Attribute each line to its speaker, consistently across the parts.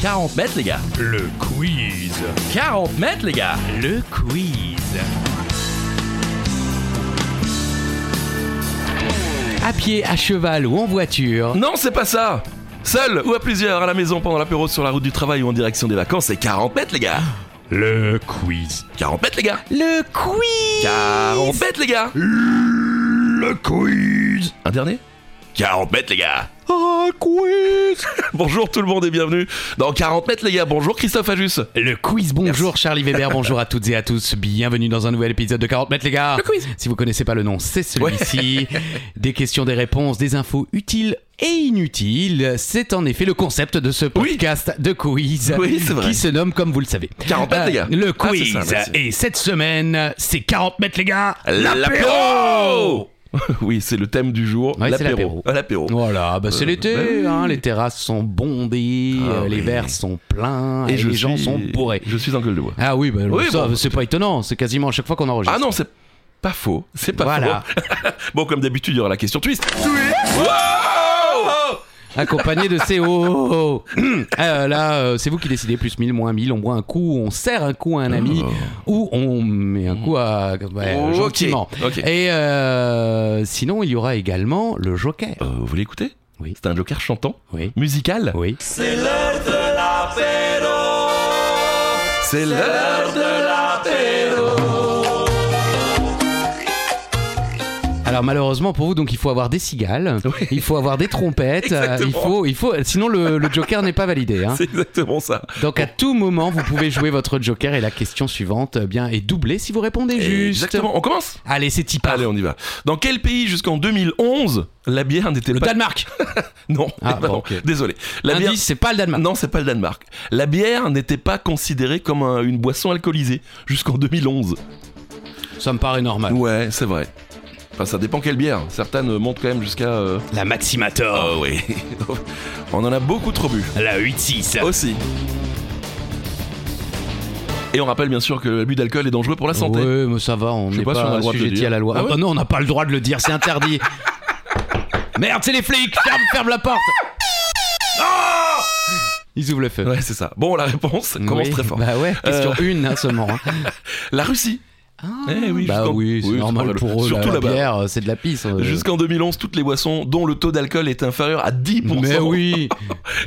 Speaker 1: 40 mètres, les gars.
Speaker 2: Le quiz.
Speaker 1: 40 mètres, les gars.
Speaker 2: Le quiz.
Speaker 3: À pied, à cheval ou en voiture.
Speaker 1: Non, c'est pas ça. Seul ou à plusieurs, à la maison, pendant l'apéro, sur la route du travail ou en direction des vacances, c'est 40 mètres, les gars.
Speaker 2: Le quiz.
Speaker 1: 40 mètres, les gars.
Speaker 3: Le quiz
Speaker 1: 40 mètres, les gars.
Speaker 2: Le quiz.
Speaker 1: Un dernier 40 mètres, les gars.
Speaker 3: Un quiz
Speaker 1: Bonjour tout le monde et bienvenue dans 40 mètres, les gars. Bonjour Christophe Ajus.
Speaker 3: Le quiz, bonjour Charlie Weber, bonjour à toutes et à tous, bienvenue dans un nouvel épisode de 40 mètres les gars.
Speaker 1: Le quiz.
Speaker 3: Si vous connaissez pas le nom, c'est celui-ci. des questions, des réponses, des infos utiles et inutiles. C'est en effet le concept de ce
Speaker 1: Oui.
Speaker 3: podcast de quiz
Speaker 1: Oui, c'est vrai.
Speaker 3: qui se nomme comme vous le savez. Euh,
Speaker 1: 40 mètres, les gars.
Speaker 3: Le
Speaker 1: Ah, c'est
Speaker 3: quiz.
Speaker 1: ça, merci.
Speaker 3: et cette semaine, c'est 40 mètres les gars.
Speaker 1: L'apéro Oui, c'est le thème du jour.
Speaker 3: Ouais, c'est
Speaker 1: l'apéro.
Speaker 3: l'apéro.
Speaker 1: Ah, L'apéro.
Speaker 3: Voilà, bah c'est
Speaker 1: Euh,
Speaker 3: l'été,
Speaker 1: ben
Speaker 3: hein,
Speaker 1: oui.
Speaker 3: les terrasses sont bondées,
Speaker 1: Ah
Speaker 3: euh, les
Speaker 1: oui.
Speaker 3: verres sont pleins et, les gens
Speaker 1: suis-
Speaker 3: sont bourrés.
Speaker 1: Je suis en gueule de bois.
Speaker 3: Ah oui, bah,
Speaker 1: Oui,
Speaker 3: ça,
Speaker 1: bon.
Speaker 3: c'est pas étonnant, c'est quasiment à chaque fois qu'on enregistre.
Speaker 1: Ah non, c'est pas faux. C'est pas
Speaker 3: Voilà.
Speaker 1: faux. bon, comme d'habitude, il y aura la question twist. Oh, Wow
Speaker 3: Accompagné de ces oh, oh, oh. Euh, Là, euh, c'est vous qui décidez, plus 1000, moins 1000, on boit un coup, on serre un coup à un ami, ou on met un coup à... ouais,
Speaker 1: Oh. Ok,
Speaker 3: gentiment.
Speaker 1: ok.
Speaker 3: Et euh, sinon, il y aura également le joker.
Speaker 1: Euh, vous voulez écouter
Speaker 3: Oui.
Speaker 1: C'est un joker chantant,
Speaker 3: Oui.
Speaker 1: musical. Oh,
Speaker 3: Oui.
Speaker 1: C'est l'heure de l'apéro.
Speaker 3: Alors malheureusement pour vous, donc il faut avoir des cigales,
Speaker 1: Oui.
Speaker 3: il faut avoir des trompettes, euh, il
Speaker 1: Exactement.
Speaker 3: faut, il faut, sinon le, le joker n'est pas validé. hein.
Speaker 1: C'est exactement ça.
Speaker 3: Donc à tout moment, vous pouvez jouer votre joker et la question suivante eh bien est doublée si vous répondez juste.
Speaker 1: Exactement. On commence
Speaker 3: Allez, c'est type
Speaker 1: Allez, on y va. Dans quel pays jusqu'en 2011 la bière n'était
Speaker 3: Le
Speaker 1: pas
Speaker 3: Danemark.
Speaker 1: Non,
Speaker 3: Ah,
Speaker 1: pardon,
Speaker 3: bon, ok.
Speaker 1: désolé. La bière
Speaker 3: L'indice, c'est pas le Danemark.
Speaker 1: Non, c'est pas le Danemark. La bière n'était pas considérée comme un- une boisson alcoolisée jusqu'en 2011.
Speaker 3: Ça me paraît normal.
Speaker 1: Ouais, c'est vrai. Enfin, ça dépend quelle bière. Certaines montent quand même jusqu'à. euh,
Speaker 3: La Maximator,
Speaker 1: Ah oui. On en a beaucoup trop bu.
Speaker 3: la 8-6.
Speaker 1: Aussi. Et on rappelle bien sûr que l'abus d'alcool est dangereux pour la santé.
Speaker 3: Ouais, mais ça va, on
Speaker 1: Je sais
Speaker 3: n'est
Speaker 1: pas
Speaker 3: pas,
Speaker 1: si on a le droit de le
Speaker 3: assujetti
Speaker 1: dire.
Speaker 3: à la loi.
Speaker 1: Ah
Speaker 3: Ah
Speaker 1: ouais
Speaker 3: bah non, on n'a pas le droit de le dire, c'est interdit. Merde, c'est les flics, ferme, ferme la porte.
Speaker 1: Ah
Speaker 3: Ils ouvrent le feu.
Speaker 1: Ouais, c'est ça. Bon, la réponse commence
Speaker 3: Oui,
Speaker 1: très fort. Euh.
Speaker 3: Bah ouais, question une hein, seulement. hein.
Speaker 1: La Russie. Eh oui,
Speaker 3: bah
Speaker 1: jusqu'en-
Speaker 3: oui, c'est
Speaker 1: oui,
Speaker 3: normal
Speaker 1: surtout
Speaker 3: pour eux.
Speaker 1: là-bas.
Speaker 3: la, la bière, euh, c'est de la pisse. euh.
Speaker 1: Jusqu'en 2011, toutes les boissons dont le taux d'alcool est inférieur à 10%
Speaker 3: euh. Mais oui,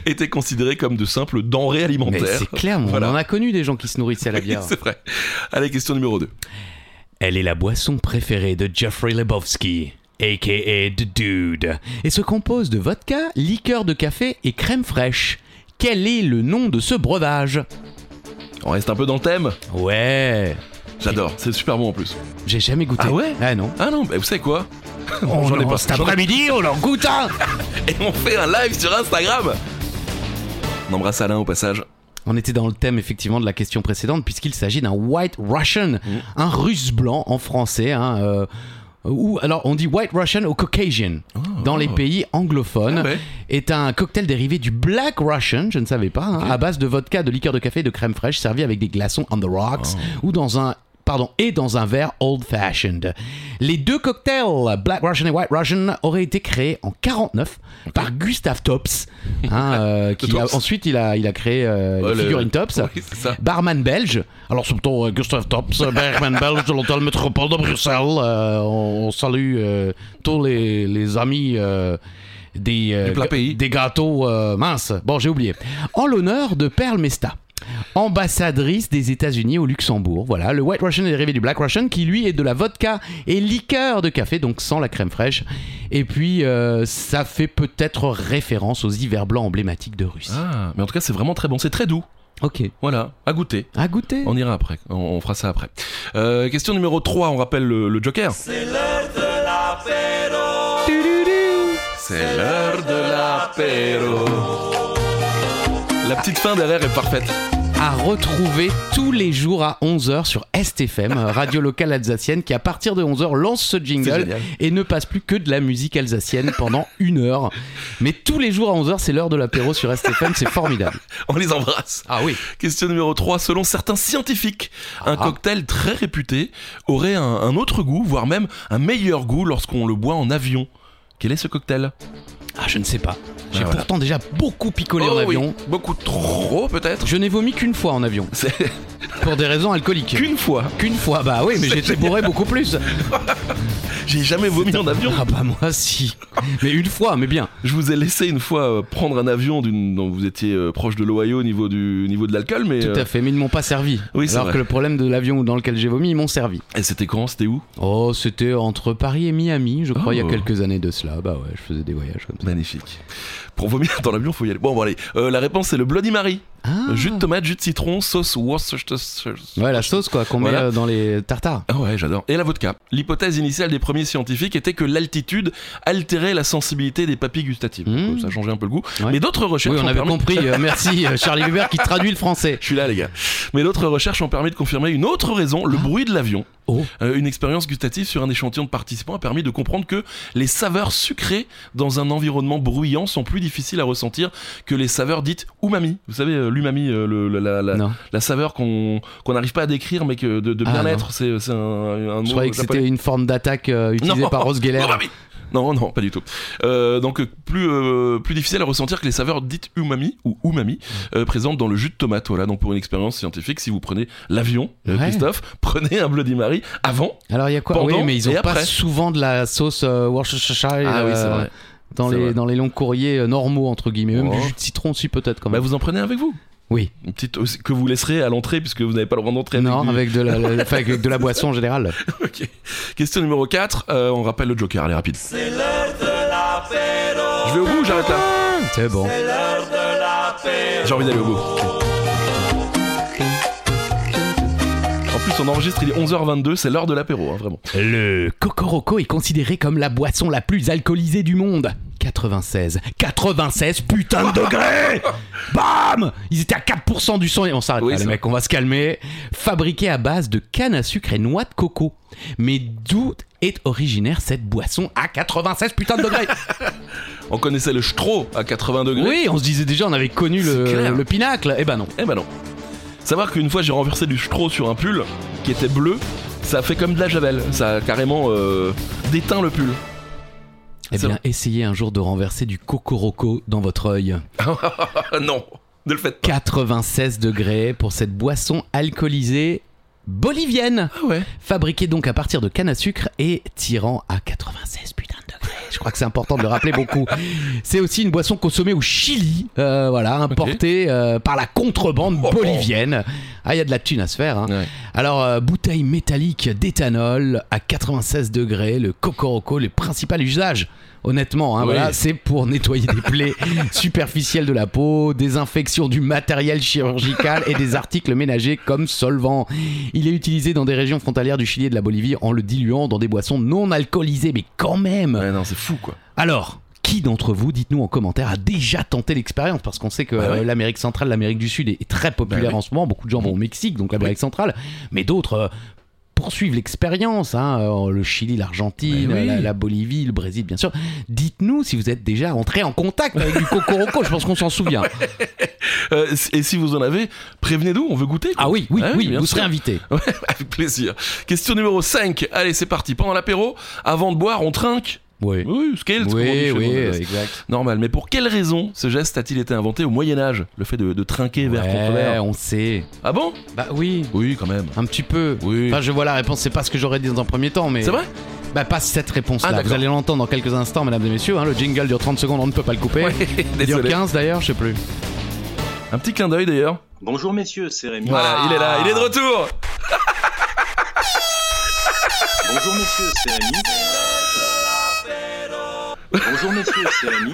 Speaker 1: étaient considérées comme de simples denrées
Speaker 3: mais
Speaker 1: alimentaires.
Speaker 3: c'est clair, mais
Speaker 1: Voilà.
Speaker 3: on en a connu des gens qui se nourrissaient à la
Speaker 1: Oui,
Speaker 3: bière.
Speaker 1: c'est vrai. Allez, question numéro 2.
Speaker 3: Elle est la boisson préférée de Jeffrey Lebowski, aka The Dude, et se compose de vodka, liqueur de café et crème fraîche. Quel est le nom de ce breuvage
Speaker 1: On reste un peu dans le thème.
Speaker 3: Ouais,
Speaker 1: J'adore, c'est super bon en plus.
Speaker 3: j'ai jamais goûté.
Speaker 1: Ah ouais Oh
Speaker 3: Ah non.
Speaker 1: Ah non, mais vous savez quoi
Speaker 3: On
Speaker 1: J'en ai
Speaker 3: en
Speaker 1: pas.
Speaker 3: cet après-midi, on en goûte un
Speaker 1: Et on fait un live sur Instagram On embrasse Alain au passage.
Speaker 3: On était dans le thème effectivement de la question précédente puisqu'il s'agit d'un White Russian,
Speaker 1: Mm.
Speaker 3: un Russe blanc en français. hein, euh, ou alors on dit White Russian ou Caucasian dans les pays anglophones
Speaker 1: Oh. Ah ouais.
Speaker 3: est un cocktail dérivé du Black Russian, je ne savais pas, hein, à base de vodka, de liqueur de café et de crème fraîche servi avec des glaçons on the rocks
Speaker 1: Oh.
Speaker 3: ou dans un pardon et dans un verre old fashioned. Les deux cocktails Black Russian et White Russian auraient été créés en 49 par Gustav Tops, hein, euh, qui a-
Speaker 1: Tops.
Speaker 3: ensuite il a il a créé euh,
Speaker 1: Ouais,
Speaker 3: les
Speaker 1: le-
Speaker 3: figurines Tops.
Speaker 1: Oh Oui, c'est ça.
Speaker 3: Barman belge. Alors, surtout euh, Gustave Tops, euh, barman belge de l'hôtel Métropole de Bruxelles. Euh, on, on salue euh, tous les, les amis euh, des, euh,
Speaker 1: Du plat
Speaker 3: ga-
Speaker 1: pays.
Speaker 3: des gâteaux euh, minces. Bon, j'ai oublié. En l'honneur de Perle Mesta. Ambassadrice des États-Unis au Luxembourg. Voilà, le White Russian est dérivé du Black Russian qui, lui, est de la vodka et liqueur de café, donc sans la crème fraîche. Et puis, euh, ça fait peut-être référence aux hivers blancs emblématiques de Russie.
Speaker 1: Ah, mais en tout cas, c'est vraiment très bon. C'est très doux.
Speaker 3: Ok.
Speaker 1: Voilà, à goûter.
Speaker 3: À goûter.
Speaker 1: On ira après, on, on fera ça après. Euh, question numéro 3, on rappelle le, le Joker. C'est l'heure de l'apéro. La petite fin derrière est parfaite.
Speaker 3: à retrouver tous les jours à 11h sur STFM, euh, radio locale alsacienne, qui à partir de 11h lance ce
Speaker 1: C'est
Speaker 3: jingle
Speaker 1: génial.
Speaker 3: et ne passe plus que de la musique alsacienne pendant une heure. Mais tous les jours à 11h, c'est l'heure de l'apéro sur STFM, c'est formidable.
Speaker 1: On les embrasse.
Speaker 3: Ah oui,
Speaker 1: Question numéro 3. Selon certains scientifiques, un
Speaker 3: Ah.
Speaker 1: cocktail très réputé aurait un, un autre goût, voire même un meilleur goût lorsqu'on le boit en avion. Quel est ce cocktail
Speaker 3: ah, je ne sais pas. J'ai
Speaker 1: voilà.
Speaker 3: pourtant déjà beaucoup picolé en
Speaker 1: Oh oui,
Speaker 3: avion.
Speaker 1: Beaucoup trop peut-être.
Speaker 3: Je n'ai vomi qu'une fois en avion,
Speaker 1: C'est
Speaker 3: pour des raisons alcooliques.
Speaker 1: qu'une fois.
Speaker 3: Qu'une fois, bah oui, mais
Speaker 1: C'est
Speaker 3: j'étais bourré beaucoup plus.
Speaker 1: J'ai jamais vomi en avion.
Speaker 3: Ah bah moi si. Mais une fois, mais bien.
Speaker 1: Je vous ai laissé une fois euh, prendre un avion d'une dont vous étiez euh, proche de l'Ohio au niveau du au niveau de l'alcool, mais
Speaker 3: Tout
Speaker 1: euh,
Speaker 3: à fait, mais ils ne m'ont pas servi.
Speaker 1: Oui, c'est
Speaker 3: Alors
Speaker 1: vrai.
Speaker 3: que le problème de l'avion dans lequel j'ai vomi, ils m'ont servi.
Speaker 1: et c'était quand, c'était où
Speaker 3: Oh, c'était entre Paris et Miami, je crois, il y a
Speaker 1: Oh.
Speaker 3: quelques années de cela. Bah ouais, je faisais des voyages comme ça.
Speaker 1: Magnifique. Pour vomir dans l'avion, faut y aller. Bon, bon allez. Euh, la réponse c'est le Bloody Mary.
Speaker 3: Ah.
Speaker 1: Jus de tomate, jus de citron, sauce Worcestershire.
Speaker 3: Ouais, la sauce quoi, qu'on met
Speaker 1: Voilà.
Speaker 3: euh, dans les tartares.
Speaker 1: Ah ouais, j'adore. Et la vodka. L'hypothèse initiale des premiers scientifiques était que l'altitude altérait la sensibilité des papilles gustatives.
Speaker 3: Mmh.
Speaker 1: Donc, Ça changeait un peu le goût.
Speaker 3: Ouais.
Speaker 1: Mais d'autres
Speaker 3: Oui,
Speaker 1: recherches
Speaker 3: on
Speaker 1: ont
Speaker 3: avait
Speaker 1: permis-
Speaker 3: compris. euh, merci euh, Charlie Weber qui traduit le français.
Speaker 1: Je suis là, les gars. Mais d'autres recherches ont permis de confirmer une autre raison,
Speaker 3: Ah.
Speaker 1: le bruit de l'avion.
Speaker 3: Oh.
Speaker 1: Euh, une expérience gustative sur un échantillon de participants a permis de comprendre que les saveurs sucrées dans un environnement bruyant sont plus difficiles à ressentir que les saveurs dites umami. Vous savez, euh, l'umami, euh, le- le- la, la-
Speaker 3: Non,
Speaker 1: la saveur qu'on qu'on n'arrive pas à décrire, mais que de, de
Speaker 3: Ah,
Speaker 1: bien-être, c'est c'est un, un
Speaker 3: je
Speaker 1: mot
Speaker 3: croyais que
Speaker 1: japonais.
Speaker 3: c'était une forme d'attaque euh, utilisée
Speaker 1: Non.
Speaker 3: par Rose Geller.
Speaker 1: Umami non, non, pas du tout. Euh, donc euh, plus euh, plus difficile à ressentir que les saveurs dites umami ou umami euh, présentes dans le jus de tomate. Voilà, donc pour une expérience scientifique, si vous prenez l'avion, euh,
Speaker 3: Ouais.
Speaker 1: Christophe, prenez un Bloody Mary avant.
Speaker 3: Alors il y a quoi Oui,
Speaker 1: Pendant
Speaker 3: mais ils ont
Speaker 1: et
Speaker 3: pas
Speaker 1: après.
Speaker 3: souvent de la sauce euh, Worcestershire
Speaker 1: Ah oui, c'est
Speaker 3: euh,
Speaker 1: vrai.
Speaker 3: dans
Speaker 1: C'est
Speaker 3: les
Speaker 1: vrai.
Speaker 3: dans les longs courriers euh, normaux entre guillemets, même
Speaker 1: Oh.
Speaker 3: du jus de citron aussi peut-être quand
Speaker 1: Bah
Speaker 3: même.
Speaker 1: vous en prenez avec vous.
Speaker 3: Oui.
Speaker 1: Une petite aussi- que vous laisserez à l'entrée puisque vous n'avez pas le droit d'entrer.
Speaker 3: non,
Speaker 1: du-
Speaker 3: avec de la, la- enfin, avec de la boisson en général.
Speaker 1: Ok. Question numéro 4, on rappelle le Joker, allez rapide. Je vais au bout, ou j'arrête là.
Speaker 3: C'est bon.
Speaker 1: J'ai envie d'aller au bout. En plus, on enregistre, il est 11h22, c'est l'heure de l'apéro, hein, vraiment.
Speaker 2: Le
Speaker 3: Cocoroco est considéré comme la boisson la plus alcoolisée du monde. 96. 96 putain de degrés Bam Ils étaient à 4% du sang et on s'arrête
Speaker 1: Oui,
Speaker 3: là, les
Speaker 1: ça.
Speaker 3: mecs, on va se calmer. Fabriqué à base de canne à sucre et noix de coco. Mais d'où est originaire cette boisson à 96 putain de degrés
Speaker 1: On connaissait le Stro à 80 degrés.
Speaker 3: Oui, on se disait déjà, on avait connu
Speaker 1: C'est
Speaker 3: le,
Speaker 1: clair.
Speaker 3: le pinacle. Eh ben non.
Speaker 1: Eh ben non. Savoir qu'une fois j'ai renversé du Stro sur un pull qui était bleu, ça a fait comme de la javel. Ça a carrément euh, déteint le pull.
Speaker 3: Eh
Speaker 1: C'est
Speaker 3: bien, essayez un jour de renverser du Cocoroco dans votre œil.
Speaker 1: Ah non, ne le faites pas.
Speaker 3: 96 degrés pour cette boisson alcoolisée bolivienne,
Speaker 1: Ah ouais.
Speaker 3: fabriquée donc à partir de canne à sucre et tirant à 96 putain de degrés. Je crois que c'est important de le rappeler beaucoup. C'est aussi une boisson consommée au Chili, euh, voilà, importée euh, par la contrebande
Speaker 1: Oh.
Speaker 3: bolivienne. Ah, il y a de la thune à se faire. hein.
Speaker 1: Ouais.
Speaker 3: Alors, euh, bouteille métallique d'éthanol à 96 degrés, le cocoroco, le principal usage. Honnêtement, hein,
Speaker 1: Oui.
Speaker 3: voilà, c'est pour nettoyer des plaies superficielles de la peau, désinfection du matériel chirurgical et des articles ménagers comme solvant. Il est utilisé dans des régions frontalières du Chili et de la Bolivie en le diluant dans des boissons non alcoolisées, mais quand même.
Speaker 1: Ouais, non, c'est fou quoi.
Speaker 3: Alors, qui d'entre vous, dites-nous en commentaire, a déjà tenté l'expérience Parce qu'on sait que
Speaker 1: Bah
Speaker 3: euh,
Speaker 1: oui.
Speaker 3: l'Amérique centrale, l'Amérique du Sud est est très populaire
Speaker 1: Bah oui.
Speaker 3: en ce moment. Beaucoup de gens vont au Mexique, donc l'Amérique centrale. Mais d'autres euh, poursuivent l'expérience. hein, euh, le Chili, l'Argentine,
Speaker 1: Bah oui.
Speaker 3: la, la Bolivie, le Brésil, bien sûr. Dites-nous si vous êtes déjà entré en contact avec du cocoroco. Je pense qu'on s'en souvient.
Speaker 1: Euh, et si vous en avez, prévenez-nous, on veut goûter. quoi.
Speaker 3: Ah oui, oui,
Speaker 1: Ah
Speaker 3: oui,
Speaker 1: bien
Speaker 3: vous
Speaker 1: sûr.
Speaker 3: serez invité.
Speaker 1: Ouais, avec plaisir. Question numéro 5. Allez, c'est parti. Pendant l'apéro, avant de boire, on trinque.
Speaker 3: Oui,
Speaker 1: Oui, scale, ce qu'on dit
Speaker 3: oui,
Speaker 1: chez
Speaker 3: oui,
Speaker 1: nous,
Speaker 3: euh,
Speaker 1: c'est
Speaker 3: exact.
Speaker 1: Normal. Mais pour quelle raison ce geste a-t-il été inventé au Moyen-Âge Le fait de, de trinquer vers contre
Speaker 3: Ouais,
Speaker 1: verre.
Speaker 3: on sait.
Speaker 1: Ah bon
Speaker 3: Bah oui,
Speaker 1: Oui, quand même.
Speaker 3: un petit peu.
Speaker 1: Oui.
Speaker 3: Enfin, je vois la réponse, c'est pas ce que j'aurais dit dans un premier temps, mais.
Speaker 1: C'est vrai
Speaker 3: Bah pas cette
Speaker 1: Ah,
Speaker 3: réponse-là.
Speaker 1: d'accord.
Speaker 3: Vous allez l'entendre dans quelques instants, mesdames et messieurs. hein. le jingle dure 30 secondes, on ne peut pas le couper. Il dure
Speaker 1: Désolé.
Speaker 3: 15 d'ailleurs, je sais plus.
Speaker 1: Un petit clin d'œil d'ailleurs.
Speaker 4: Bonjour messieurs, c'est Rémi.
Speaker 1: Voilà,
Speaker 3: Ah.
Speaker 1: il est là, il est de retour
Speaker 4: Bonjour messieurs, c'est Rémi. Bonjour messieurs, c'est Rémi.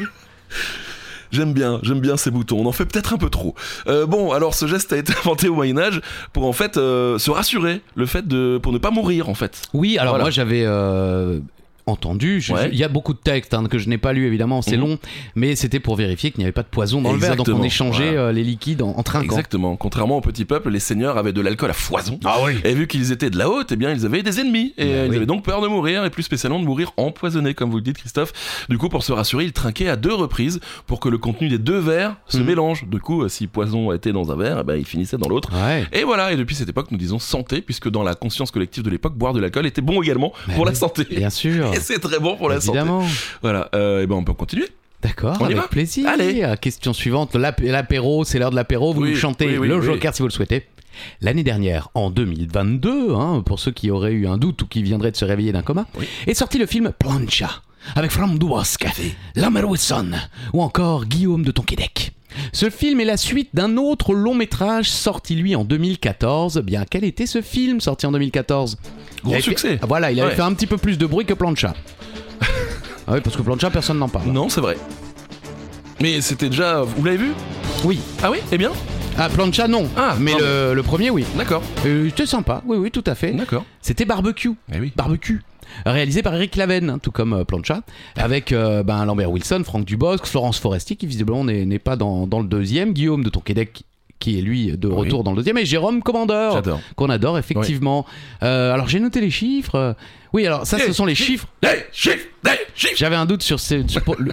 Speaker 1: J'aime bien, j'aime bien ces boutons. On en fait peut-être un peu trop. Euh, bon, alors ce geste a été inventé au Moyen-Âge pour en fait euh, se rassurer. Le fait de. pour ne pas mourir en fait.
Speaker 3: Oui, alors
Speaker 1: Voilà.
Speaker 3: moi j'avais euh, entendu. Je- je- Il
Speaker 1: Ouais.
Speaker 3: y a beaucoup de textes hein, que je n'ai pas lu évidemment, c'est
Speaker 1: Mhm.
Speaker 3: long, mais c'était pour vérifier qu'il n'y avait pas de poison dans le verre. Donc on
Speaker 1: Exactement,
Speaker 3: échangeait
Speaker 1: voilà.
Speaker 3: euh, les liquides en, en trinquant.
Speaker 1: Exactement. Contrairement au petit peuple, les seigneurs avaient de l'alcool à foison.
Speaker 3: Ah oui.
Speaker 1: Et vu qu'ils étaient de la haute, eh bien, ils avaient des ennemis. Et
Speaker 3: Bah
Speaker 1: euh, ils
Speaker 3: oui.
Speaker 1: avaient donc peur de mourir, et plus spécialement de mourir empoisonnés, comme vous le dites, Christophe. Du coup, pour se rassurer, ils trinquaient à deux reprises pour que le contenu des deux verres se
Speaker 3: Mhm.
Speaker 1: mélange. Du coup, euh, si poison était dans un verre, eh ben, il finissait dans l'autre.
Speaker 3: Ouais.
Speaker 1: Et voilà, et depuis cette époque, nous disons santé, puisque dans la conscience collective de l'époque, boire de l'alcool était bon également
Speaker 3: Bah
Speaker 1: pour la
Speaker 3: oui,
Speaker 1: santé.
Speaker 3: Bien sûr.
Speaker 1: Et c'est très bon pour la santé.
Speaker 3: Évidemment.
Speaker 1: Voilà, euh, et ben on peut continuer.
Speaker 3: D'accord,
Speaker 1: On y
Speaker 3: avec
Speaker 1: va
Speaker 3: plaisir. Ah,
Speaker 1: Allez.
Speaker 3: Question suivante. L'ap- L'apéro, c'est l'heure de l'apéro. Vous
Speaker 1: Oui,
Speaker 3: nous chantez
Speaker 1: oui, oui,
Speaker 3: le
Speaker 1: oui.
Speaker 3: Joker si vous le souhaitez. L'année dernière, en 2022, hein, pour ceux qui auraient eu un doute ou qui viendraient de se réveiller d'un coma,
Speaker 1: Oui.
Speaker 3: est sorti le film Plancha avec Franck Dubosc, Lamer Wilson ou encore Guillaume de Tonquédec. Ce film est la suite d'un autre long métrage sorti lui en 2014. Eh Bien, quel était ce film sorti en 2014
Speaker 1: Gros
Speaker 3: Il avait
Speaker 1: succès.
Speaker 3: fait- Voilà, il avait
Speaker 1: Ouais.
Speaker 3: fait un petit peu plus de bruit que Plancha. ah oui, parce que Plancha, personne n'en parle.
Speaker 1: Non, c'est vrai. Mais c'était déjà. Vous l'avez vu
Speaker 3: Oui.
Speaker 1: Ah oui Eh bien
Speaker 3: Ah, Plancha, non.
Speaker 1: Ah,
Speaker 3: mais
Speaker 1: non,
Speaker 3: le, le premier, oui.
Speaker 1: D'accord.
Speaker 3: Euh, C'était sympa, oui, oui, tout à fait.
Speaker 1: D'accord.
Speaker 3: C'était Barbecue.
Speaker 1: Eh oui.
Speaker 3: Barbecue. Réalisé par Eric Laven, hein, tout comme euh, Plancha, avec euh, ben, Lambert Wilson, Franck Dubosc, Florence Foresti, qui visiblement n'est n'est pas dans, dans le deuxième, Guillaume de Tonquédec, qui- qui est lui de
Speaker 1: Oui.
Speaker 3: retour dans le deuxième, et Jérôme Commandeur,
Speaker 1: J'adore.
Speaker 3: qu'on adore effectivement. Euh, alors j'ai noté les chiffres. euh, Oui, alors ça, ce
Speaker 1: Les
Speaker 3: sont les chiffres.
Speaker 1: Hey, chiffre Hey, chiffre
Speaker 3: J'avais un doute sur, ce, sur- pour le-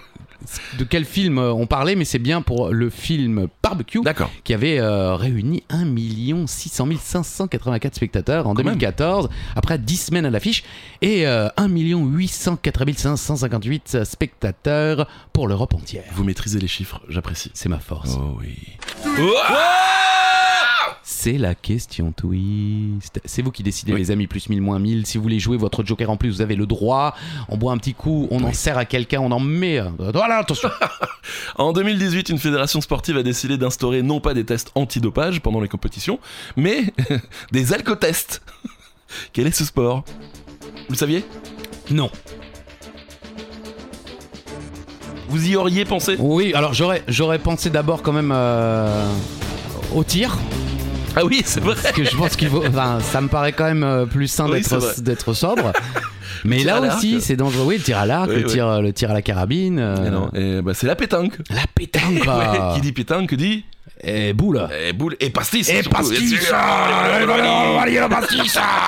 Speaker 3: de quel film euh, on parlait, mais c'est bien pour le film Barbecue
Speaker 1: D'accord.
Speaker 3: qui avait euh, réuni 1 600 584 spectateurs en
Speaker 1: Quand même.
Speaker 3: 2014, après 10 semaines à l'affiche, et euh, 1 804 558 spectateurs pour l'Europe entière.
Speaker 1: Vous maîtrisez les chiffres, j'apprécie.
Speaker 3: C'est ma force.
Speaker 1: Oh oui. Oh
Speaker 3: C'est la question twist. C'est vous qui décidez,
Speaker 1: Oui.
Speaker 3: les amis, plus 1000, moins 1000. Si vous voulez jouer votre joker en plus, vous avez le droit. On boit un petit coup, on en sert à quelqu'un, on en met. un. Euh, Voilà, attention.
Speaker 1: En 2018, une fédération sportive a décidé d'instaurer non pas des tests antidopage pendant les compétitions, mais des alcotests. Quel est ce sport Vous le saviez
Speaker 3: non.
Speaker 1: Vous y auriez pensé
Speaker 3: Oui, alors j'aurais, j'aurais pensé d'abord quand même euh, au tir.
Speaker 1: Ah oui, c'est vrai.
Speaker 3: Parce que je pense qu'il faut. Enfin, ça me paraît quand même euh, plus sain
Speaker 1: Oui, c'est
Speaker 3: d'être,
Speaker 1: vrai.
Speaker 3: d'être sobre. Mais
Speaker 1: Le tir
Speaker 3: là
Speaker 1: à l'arc.
Speaker 3: aussi, c'est dangereux. Oui, le tir à l'arc,
Speaker 1: Oui,
Speaker 3: le,
Speaker 1: oui.
Speaker 3: tir, euh, le tir à la carabine. euh,
Speaker 1: Eh non, Ah. eh ben, c'est la pétanque.
Speaker 3: La pétanque.
Speaker 1: Ouais, qui dit pétanque dit
Speaker 3: Et boule.
Speaker 1: eh, boule et pastis.
Speaker 3: Et
Speaker 1: surtout, bien
Speaker 3: pastis. ah,
Speaker 1: sûr.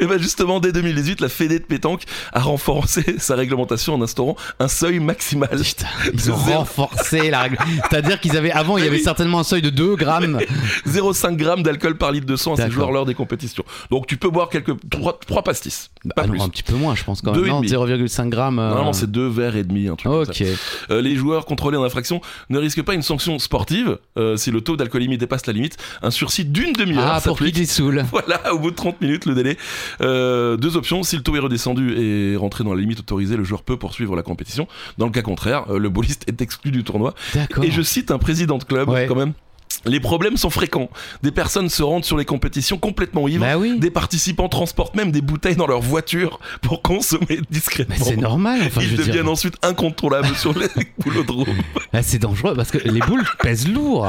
Speaker 1: Et ben justement, dès 2018, la Fédé de pétanque a renforcé sa réglementation en instaurant un seuil maximal.
Speaker 3: Ils ont
Speaker 1: De zéro- Ah
Speaker 3: renforcé la règle. C'est-à-dire qu'ils avaient. Avant, il y avait
Speaker 1: Oui.
Speaker 3: certainement un seuil de 2 grammes.
Speaker 1: 0,5 grammes d'alcool par litre de sang à ces
Speaker 3: D'accord.
Speaker 1: joueurs lors des compétitions. Donc tu peux boire quelques 3, pastis, pas
Speaker 3: Ah non,
Speaker 1: plus.
Speaker 3: un petit peu moins, je pense quand
Speaker 1: Deux
Speaker 3: même.
Speaker 1: et
Speaker 3: Non,
Speaker 1: demi.
Speaker 3: 0,5 grammes. euh,
Speaker 1: Normalement, c'est deux verres et demi, un truc comme ça.
Speaker 3: Ok.
Speaker 1: Euh, les joueurs contrôlés en infraction ne risquent pas une sanction sportive euh, si le taux d'alcoolémie dépasse la limite. Un sursis d'une demi-heure
Speaker 3: Ah, pour qui
Speaker 1: s'applique.
Speaker 3: tu saoules
Speaker 1: Voilà, au bout de 30 minutes, le délai. Euh, deux options. Si le taux est redescendu et est rentré dans la limite autorisée, le joueur peut poursuivre la compétition. Dans le cas contraire, euh, le boliste est exclu du tournoi.
Speaker 3: D'accord.
Speaker 1: Et je cite un président de club,
Speaker 3: Ouais.
Speaker 1: quand même. Les problèmes sont fréquents. Des personnes se rendent sur les compétitions complètement ivres.
Speaker 3: Bah oui.
Speaker 1: Des participants transportent même des bouteilles dans leur voiture pour consommer discrètement.
Speaker 3: Mais c'est normal. Enfin, je
Speaker 1: Ils
Speaker 3: veux dire.
Speaker 1: deviennent ensuite incontrôlables sur les boulodromes.
Speaker 3: Ah, c'est dangereux parce que les boules pèsent lourd.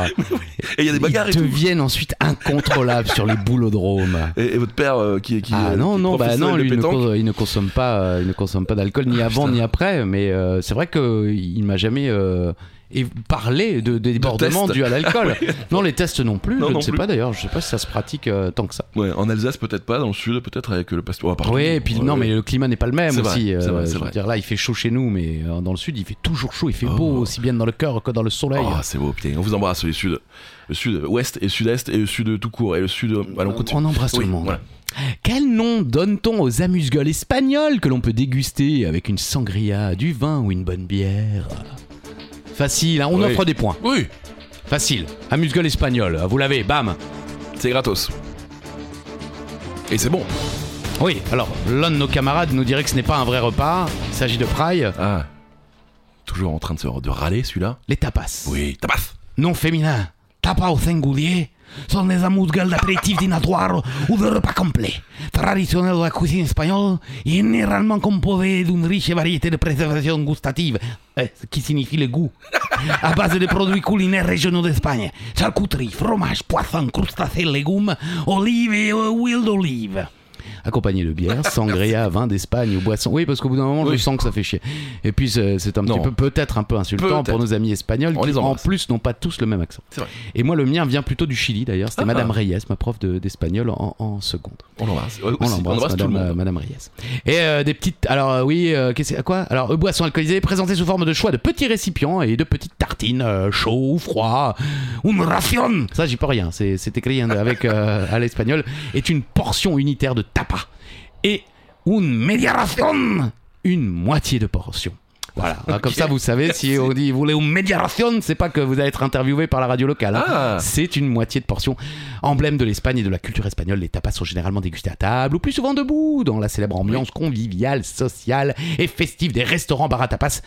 Speaker 1: Et il y a des bagarres et
Speaker 3: Ils
Speaker 1: tout.
Speaker 3: deviennent ensuite incontrôlables sur les boulodromes.
Speaker 1: Et, et votre père euh, qui, qui
Speaker 3: Ah
Speaker 1: euh,
Speaker 3: non
Speaker 1: qui est
Speaker 3: non bah
Speaker 1: professionnel
Speaker 3: non
Speaker 1: de
Speaker 3: lui il ne,
Speaker 1: pétanque.
Speaker 3: cons- il ne consomme pas euh, il ne consomme pas d'alcool ni
Speaker 1: Ah,
Speaker 3: avant ni après mais euh, c'est vrai que euh, il m'a jamais euh, é- parlé de, des débordements
Speaker 1: tests. Ah
Speaker 3: dus à l'alcool non les tests non plus
Speaker 1: Non,
Speaker 3: je
Speaker 1: non
Speaker 3: ne sais
Speaker 1: plus.
Speaker 3: pas d'ailleurs je sais pas si ça se pratique euh, tant que ça
Speaker 1: Ouais, en Alsace peut-être pas, dans le sud peut-être avec le pasteur. Oh,
Speaker 3: oui et puis non mais le climat n'est pas le même
Speaker 1: C'est vrai,
Speaker 3: aussi euh,
Speaker 1: c'est vrai,
Speaker 3: je
Speaker 1: c'est
Speaker 3: veux
Speaker 1: vrai.
Speaker 3: dire là il fait chaud chez nous mais euh, dans le sud il fait toujours chaud il fait
Speaker 1: Oh.
Speaker 3: beau aussi bien dans le cœur que dans le soleil
Speaker 1: Oh, c'est beau, putain. On vous embrasse, les sud. Le sud, ouest et sud-est et le sud tout court. Et le sud. Allez, on continue.
Speaker 3: on embrasse tout
Speaker 1: Oui,
Speaker 3: le monde
Speaker 1: voilà.
Speaker 3: Quel nom donne-t-on aux amuse-gueules espagnoles que l'on peut déguster avec une sangria, du vin ou une bonne bière Facile, hein, on
Speaker 1: Oui.
Speaker 3: offre des points.
Speaker 1: Oui,
Speaker 3: Facile. Amuse-gueule espagnole, vous l'avez, bam.
Speaker 1: c'est gratos. Et c'est bon.
Speaker 3: Oui, alors l'un de nos camarades nous dirait que ce n'est pas un vrai repas, il s'agit de praille,
Speaker 1: Ah. Toujours en train de se de râler celui-là.
Speaker 3: les tapas.
Speaker 1: Oui, tabaf.
Speaker 3: Nom féminin, tapas au singulier, sont des amuse-gueules d'apéritif dînatoire ou de repas complet. Traditionnel de la cuisine espagnole, généralement composé d'une riche variété de préservations gustatives, euh, ce qui signifie le goût, à base de produits culinaires régionaux d'Espagne, charcuterie, fromage, poisson, crustacés, légumes, olives et euh, huile d'olive. Accompagné de bière, sangria, vin d'Espagne ou boisson. Oui, parce qu'au bout d'un moment,
Speaker 1: Oui.
Speaker 3: je sens que ça fait chier. Et puis, c'est c'est un petit
Speaker 1: Non.
Speaker 3: peu peut-être un peu insultant
Speaker 1: Peut-être.
Speaker 3: pour nos amis espagnols
Speaker 1: On
Speaker 3: qui,
Speaker 1: les
Speaker 3: en
Speaker 1: embrasse.
Speaker 3: plus, n'ont pas tous le même accent.
Speaker 1: C'est vrai.
Speaker 3: Et moi, le mien vient plutôt du Chili d'ailleurs. C'était
Speaker 1: Ah.
Speaker 3: Madame Reyes, ma prof de- d'espagnol en, en seconde.
Speaker 1: On l'embrasse. Ouais, aussi,
Speaker 3: On l'embrasse,
Speaker 1: tout le
Speaker 3: Madame, euh,
Speaker 1: monde.
Speaker 3: Madame Reyes. Et euh, des petites. Alors, euh, oui, euh, qu'est-ce que- quoi Alors, euh, boissons alcoolisées présentées sous forme de choix de petits récipients et de petites tartines, euh, chaud ou froid. Une ration Ça, j'y peux rien. C'est c'est écrit hein, avec, euh, à l'espagnol. Est une portion unitaire de tapa. Et une media ración Une moitié de portion. Voilà, hein, comme ça vous savez, si on dit vous voulez une médiation, c'est pas que vous allez être interviewé par la radio locale. hein.
Speaker 1: Ah.
Speaker 3: C'est une moitié de portion. Emblème de l'Espagne et de la culture espagnole, les tapas sont généralement dégustés à table ou plus souvent debout, dans la célèbre ambiance conviviale, sociale et festive des restaurants bar à tapas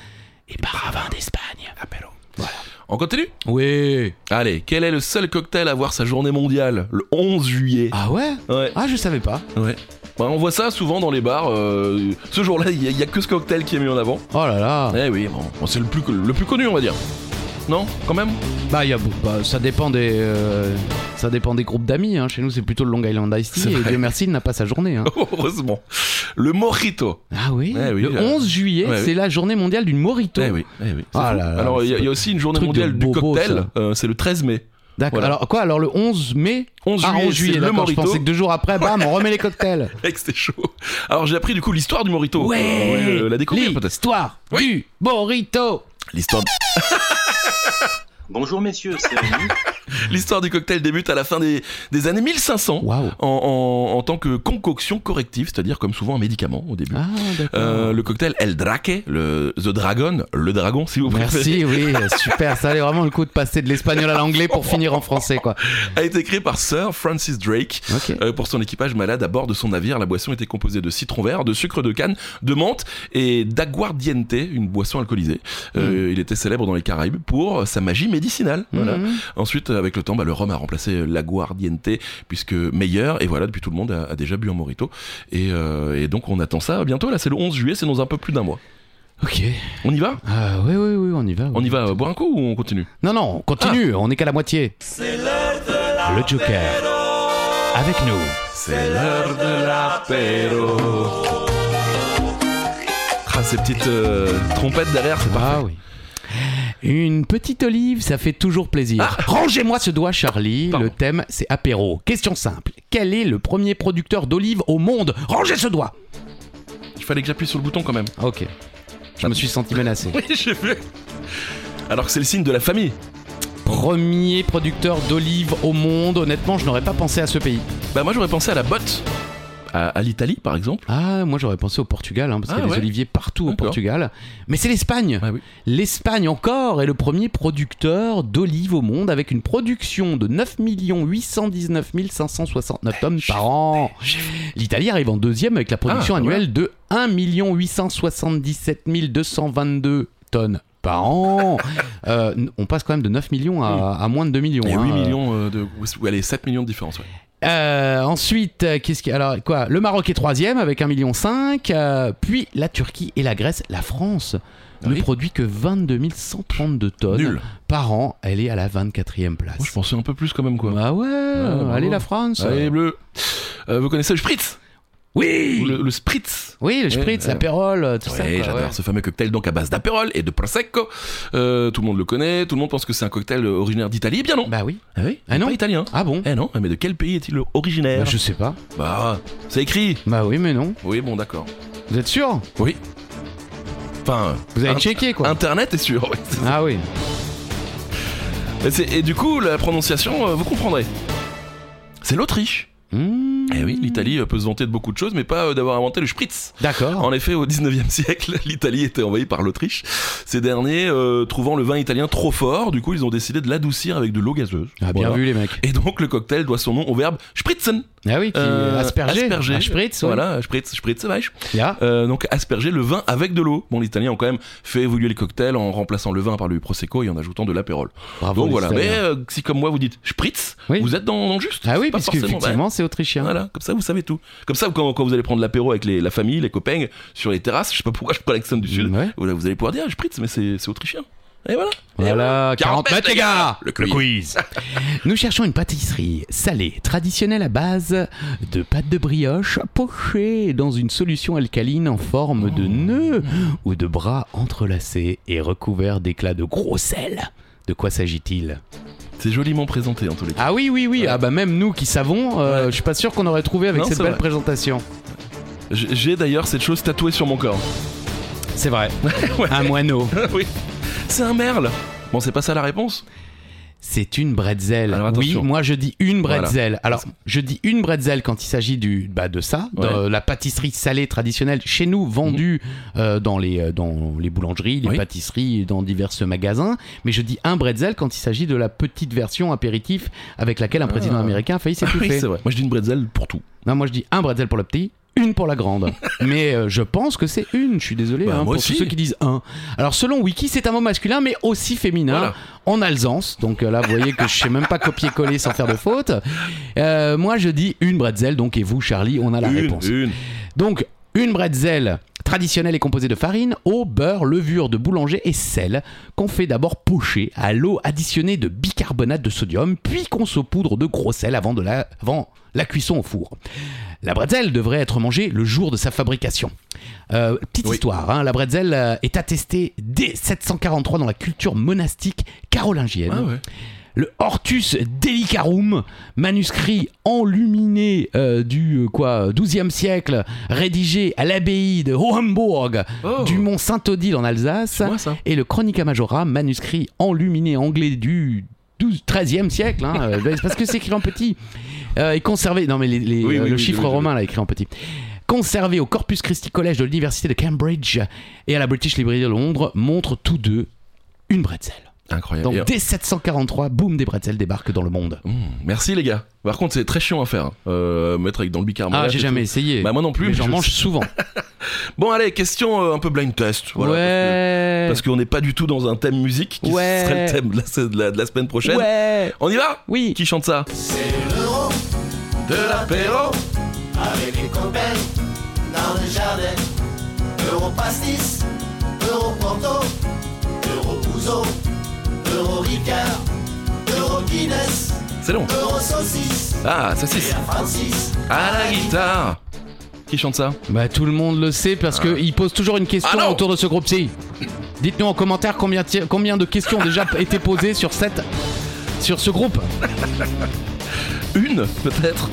Speaker 3: et bar à vin d'Espagne.
Speaker 1: Ah, On continue
Speaker 3: Oui.
Speaker 1: Allez, quel est le seul cocktail à avoir sa journée mondiale Le 11 juillet.
Speaker 3: Ah ouais
Speaker 1: Ouais,
Speaker 3: Ah, je savais pas.
Speaker 1: ouais. Bah, on voit ça souvent dans les bars. euh, ce jour-là, il n'y a, que ce cocktail qui est mis en avant.
Speaker 3: Oh là là.
Speaker 1: Eh oui, bon, bon, c'est le plus, le plus connu, on va dire. Non, quand même
Speaker 3: Bah, y a, bah, ça dépend des, euh, ça dépend des groupes d'amis. hein. Chez nous, c'est plutôt le Long Island Ice
Speaker 1: C'est
Speaker 3: Tea. Et
Speaker 1: vrai.
Speaker 3: Dieu merci, il n'a pas sa journée. hein.
Speaker 1: Heureusement. Le mojito.
Speaker 3: Ah oui.
Speaker 1: Eh oui,
Speaker 3: le
Speaker 1: euh,
Speaker 3: 11 juillet,
Speaker 1: ouais,
Speaker 3: c'est la journée mondiale du mojito.
Speaker 1: Eh oui, eh oui. c'est
Speaker 3: Ah
Speaker 1: fou.
Speaker 3: là là,
Speaker 1: Alors, il y, a-
Speaker 3: c'est
Speaker 1: il y a aussi une journée
Speaker 3: truc de
Speaker 1: mondiale du
Speaker 3: bobo,
Speaker 1: cocktail.
Speaker 3: ça.
Speaker 1: euh, c'est le 13 mai.
Speaker 3: D'accord.
Speaker 1: Voilà.
Speaker 3: Alors quoi Alors le 11 mai
Speaker 1: 11
Speaker 3: Ah,
Speaker 1: juillet,
Speaker 3: 11
Speaker 1: c'est
Speaker 3: juillet,
Speaker 1: le
Speaker 3: d'accord. Je
Speaker 1: mojito.
Speaker 3: pensais que deux jours après, bam, on remet les cocktails.
Speaker 1: Mec, c'était chaud. Alors, j'ai appris du coup l'histoire du mojito. Euh, vous voulez, euh, la découvrir peut-être.
Speaker 3: L'histoire du mojito.
Speaker 1: L'histoire
Speaker 4: Bonjour messieurs, c'est Rémi.
Speaker 1: L'histoire du cocktail débute à la fin des, des années 1500
Speaker 3: Waouh.
Speaker 1: en, en- en tant que concoction corrective, c'est-à-dire comme souvent un médicament au début.
Speaker 3: Ah d'accord.
Speaker 1: Euh, le cocktail El Drake, le The Dragon, le dragon si vous préférez,
Speaker 3: Merci, oui, euh, super. Ça allait vraiment le coup de passer de l'espagnol à l'anglais pour finir en français, quoi.
Speaker 1: a été créé par Sir Francis Drake.
Speaker 3: Ok.
Speaker 1: Euh, pour son équipage malade à bord de son navire, la boisson était composée de citron vert, de sucre de canne, de menthe et d'aguardiente, une boisson alcoolisée. Euh, Il était célèbre dans les Caraïbes pour sa magie médicinale. Voilà.
Speaker 3: Mhm.
Speaker 1: Ensuite, avec le temps, bah, le rhum a remplacé l'aguardiente puisque meilleur. Et voilà, depuis tout le monde a, a déjà bu un morito. Et, euh, et donc, on attend ça bientôt. Là, c'est le 11 juillet, c'est dans un peu plus d'un mois.
Speaker 3: Ok.
Speaker 1: On y va
Speaker 3: Ah oui, oui, oui, on y va. oui.
Speaker 1: On y va Ah. euh, boire un coup ou on continue
Speaker 3: Non, non, on continue, on est qu'à la moitié. Le Joker. Avec nous.
Speaker 1: C'est l'heure de l'apéro. Ah, ces petites euh, trompettes derrière, c'est parfait.
Speaker 3: Ah oui. Une petite olive, ça fait toujours plaisir. Rangez-moi ce doigt, Charlie.
Speaker 1: Ah. Pardon.
Speaker 3: Le thème, c'est apéro. Question simple. Quel est le premier producteur d'olives au monde Rangez ce doigt
Speaker 1: Il fallait que j'appuie sur le bouton quand même.
Speaker 3: Ok. Je me suis senti menacé.
Speaker 1: Oui, j'ai vu. Alors que c'est le signe de la famille.
Speaker 3: Premier producteur d'olives au monde. Honnêtement, je n'aurais pas pensé à ce pays.
Speaker 1: Bah, moi, j'aurais pensé à la botte. À, à l'Italie, par exemple.
Speaker 3: Ah, moi j'aurais pensé au Portugal, hein, parce qu'il y
Speaker 1: Ah
Speaker 3: a
Speaker 1: ouais
Speaker 3: des oliviers partout au
Speaker 1: D'accord.
Speaker 3: Portugal. Mais c'est l'Espagne.
Speaker 1: Ah oui.
Speaker 3: L'Espagne encore est le premier producteur d'olives au monde avec une production de 9 819 569 tonnes par an. L'Italie arrive en deuxième avec la production
Speaker 1: Ah, ouais.
Speaker 3: annuelle de 1 877 222 tonnes par an. Euh, n- on passe quand même de 9 millions à, à moins de 2 millions.
Speaker 1: Il y a
Speaker 3: hein.
Speaker 1: 8 millions euh, de. ou- Allez, 7 millions de différence, ouais.
Speaker 3: Euh, ensuite, euh, qu'est-ce qui... Alors, quoi Le Maroc est troisième avec 1,5 million. euh, puis la Turquie et la Grèce. La France
Speaker 1: Ah Oui.
Speaker 3: ne produit que 22 132 tonnes
Speaker 1: Nul.
Speaker 3: par an. Elle est à la 24e place.
Speaker 1: Moi, je pensais un peu plus quand même, quoi.
Speaker 3: Bah ouais,
Speaker 1: bravo.
Speaker 3: allez la France.
Speaker 1: Allez, bleu. Euh, vous connaissez le spritz
Speaker 3: Oui
Speaker 1: le, le spritz
Speaker 3: Oui, le Spritz,
Speaker 1: Ouais,
Speaker 3: la Pérole, euh, tout ça.
Speaker 1: Ouais,
Speaker 3: quoi,
Speaker 1: j'adore
Speaker 3: ouais.
Speaker 1: ce fameux cocktail donc à base d'apérol et de prosecco. Euh, tout le monde le connaît, tout le monde pense que c'est un cocktail euh, originaire d'Italie. Eh bien non.
Speaker 3: Bah oui.
Speaker 1: ah oui,
Speaker 3: Ah non.
Speaker 1: pas italien.
Speaker 3: Ah bon
Speaker 1: Eh non, mais de quel pays est-il originaire
Speaker 3: bah, Je sais pas.
Speaker 1: Bah, c'est écrit.
Speaker 3: Bah oui, mais non.
Speaker 1: Oui, bon, d'accord.
Speaker 3: Vous êtes sûr
Speaker 1: Oui. Enfin,
Speaker 3: Vous avez
Speaker 1: Un-
Speaker 3: checké
Speaker 1: euh,
Speaker 3: quoi
Speaker 1: Internet est sûr. ouais.
Speaker 3: Ah oui.
Speaker 1: Et, c'est- et du coup, la prononciation, euh, vous comprendrez. C'est l'Autriche.
Speaker 3: Hmm.
Speaker 1: Eh oui, l'Italie euh, peut se vanter de beaucoup de choses, mais pas euh, d'avoir inventé le spritz.
Speaker 3: D'accord.
Speaker 1: En effet, au 19e siècle, l'Italie était envahie par l'Autriche. Ces derniers, euh, trouvant le vin italien trop fort, du coup, ils ont décidé de l'adoucir avec de l'eau gazeuse.
Speaker 3: Ah, bien
Speaker 1: Voilà.
Speaker 3: vu les mecs.
Speaker 1: Et donc, le cocktail doit son nom au verbe spritzen.
Speaker 3: Ah oui, qui
Speaker 1: Euh,
Speaker 3: aspergé.
Speaker 1: asperger.
Speaker 3: Ah, Spritz, ouais.
Speaker 1: Voilà, spritz, spritz, weich.
Speaker 3: Yeah.
Speaker 1: Euh, donc, asperger le vin avec de l'eau. Bon, les Italiens ont quand même fait évoluer les cocktails en remplaçant le vin par le prosecco et en ajoutant de l'apérole.
Speaker 3: Bravo.
Speaker 1: Donc
Speaker 3: les
Speaker 1: voilà. Mais
Speaker 3: Italiens.
Speaker 1: euh, si, comme moi, vous dites spritz,
Speaker 3: Oui.
Speaker 1: vous êtes dans, dans le juste.
Speaker 3: Ah oui,
Speaker 1: C'est pas
Speaker 3: parce
Speaker 1: forcément-
Speaker 3: qu'effectivement, c'est autrichien.
Speaker 1: Voilà, comme ça vous savez tout. Comme ça, quand, quand vous allez prendre l'apéro avec les- la famille, les copains, sur les terrasses, je sais pas pourquoi je prends l'accent du sud,
Speaker 3: Mmh, Ouais.
Speaker 1: vous, vous allez pouvoir dire, ah, je pritz, mais c'est c'est autrichien. Et voilà. Et
Speaker 3: Voilà, 40 mètres, les gars
Speaker 1: Le
Speaker 2: Le
Speaker 1: quiz.
Speaker 2: quiz.
Speaker 3: Nous cherchons une pâtisserie salée, traditionnelle à base de pâte de brioche pochée dans une solution alcaline en forme
Speaker 1: Oh.
Speaker 3: de nœud ou de bras entrelacés et recouvert d'éclats de gros sel. De quoi s'agit-il
Speaker 1: C'est joliment présenté en tous les cas.
Speaker 3: Ah oui, oui, oui,
Speaker 1: Ouais.
Speaker 3: ah bah même nous qui savons, euh,
Speaker 1: Ouais.
Speaker 3: je suis pas sûr qu'on aurait trouvé avec
Speaker 1: Non,
Speaker 3: cette
Speaker 1: c'est
Speaker 3: belle
Speaker 1: vrai.
Speaker 3: présentation.
Speaker 1: J'ai j'ai d'ailleurs cette chose tatouée sur mon corps.
Speaker 3: C'est vrai, un moineau.
Speaker 1: oui. C'est un merle. Bon, c'est pas ça la réponse
Speaker 3: C'est une bretzel.
Speaker 1: Alors,
Speaker 3: oui,
Speaker 1: attention.
Speaker 3: moi je dis une
Speaker 1: Voilà.
Speaker 3: bretzel. Alors, je dis une bretzel quand il s'agit du bah, de ça, de
Speaker 1: Ouais. Mhm.
Speaker 3: la pâtisserie salée traditionnelle chez nous vendue euh, dans les euh, dans les boulangeries, les
Speaker 1: Oui.
Speaker 3: pâtisseries, dans divers magasins. Mais je dis un bretzel quand il s'agit de la petite version apéritif avec laquelle un
Speaker 1: Ah.
Speaker 3: président américain a failli
Speaker 1: Oui,
Speaker 3: s'étouffer.
Speaker 1: c'est vrai. Moi, je dis une bretzel pour tout.
Speaker 3: non, moi je dis un bretzel pour le petit. Une pour la grande. Mais euh, je pense que c'est une, je suis désolé
Speaker 1: Bah,
Speaker 3: hein,
Speaker 1: moi
Speaker 3: pour tous
Speaker 1: aussi.
Speaker 3: ceux qui disent un. Alors selon Wiki, c'est un mot masculin mais aussi féminin
Speaker 1: Voilà.
Speaker 3: en Alsace. Donc euh, là, vous voyez que je sais même pas copier-coller sans faire de faute. Euh, moi, je dis une bretzel. Donc, et vous, Charlie, on a la
Speaker 1: une,
Speaker 3: réponse.
Speaker 1: une.
Speaker 3: Donc, une bretzel traditionnelle est composée de farine, eau, beurre, levure de boulanger et sel, qu'on fait d'abord pocher à l'eau additionnée de bicarbonate de sodium, puis qu'on saupoudre de gros sel avant, de la, avant la cuisson au four. La bretzel devrait être mangée le jour de sa fabrication. Euh, petite
Speaker 1: Oui.
Speaker 3: histoire, hein, la bretzel euh, est attestée dès 743 dans la culture monastique carolingienne.
Speaker 1: Ah ouais.
Speaker 3: Le Hortus Delicarum, manuscrit enluminé euh, du euh, quoi 12e siècle, rédigé à l'abbaye de Hohenburg
Speaker 1: Oh.
Speaker 3: du mont Saint-Odile en Alsace,
Speaker 1: C'est moi, ça.
Speaker 3: et le Chronica Majora, manuscrit enluminé anglais du 12, 13e siècle, hein, euh, c'est parce que c'est écrit en petit, euh, et conservé, non mais les- les-
Speaker 1: Oui,
Speaker 3: euh,
Speaker 1: oui,
Speaker 3: le
Speaker 1: oui,
Speaker 3: chiffre
Speaker 1: je- je-
Speaker 3: romain là écrit en petit, conservé au Corpus Christi College de l'Université de Cambridge et à la British Library de Londres, montrent tous deux une bretzel.
Speaker 1: Incroyable.
Speaker 3: Donc
Speaker 1: Et- euh,
Speaker 3: dès 743, boum, des bretzels débarquent dans le monde.
Speaker 1: Mmh, merci les gars. Par contre, c'est très chiant à faire. hein. Euh, mettre avec dans le bicarbonate.
Speaker 3: ah, j'ai
Speaker 1: et
Speaker 3: jamais essayé.
Speaker 1: tout. Bah moi non plus.
Speaker 3: mais
Speaker 1: mais
Speaker 3: j'en
Speaker 1: je-
Speaker 3: mange souvent.
Speaker 1: Bon allez, question euh, un peu blind test. Voilà,
Speaker 3: ouais.
Speaker 1: Parce que- parce qu'on n'est pas du tout dans un thème musique qui
Speaker 3: Ouais.
Speaker 1: serait le thème de la, de la- de la semaine prochaine.
Speaker 3: ouais.
Speaker 1: On y va
Speaker 3: Oui.
Speaker 1: Qui chante ça
Speaker 5: C'est l'euro
Speaker 1: De l'apéro
Speaker 5: avec les copains dans le jardin. Euro pastis, euro porto, euro pouzo, euro ricard, euro Guinness,
Speaker 1: C'est long.
Speaker 5: euro saucisse
Speaker 1: Ah, ça
Speaker 5: et
Speaker 1: c'est
Speaker 5: à Francis.
Speaker 1: à la guitare. Qui chante ça
Speaker 3: Bah tout le monde le sait parce que il pose toujours une question
Speaker 1: Ah non
Speaker 3: autour de ce groupe ci Dites-nous en commentaire combien, ti- combien de questions ont déjà été posées sur cette sur ce groupe.
Speaker 1: Une peut-être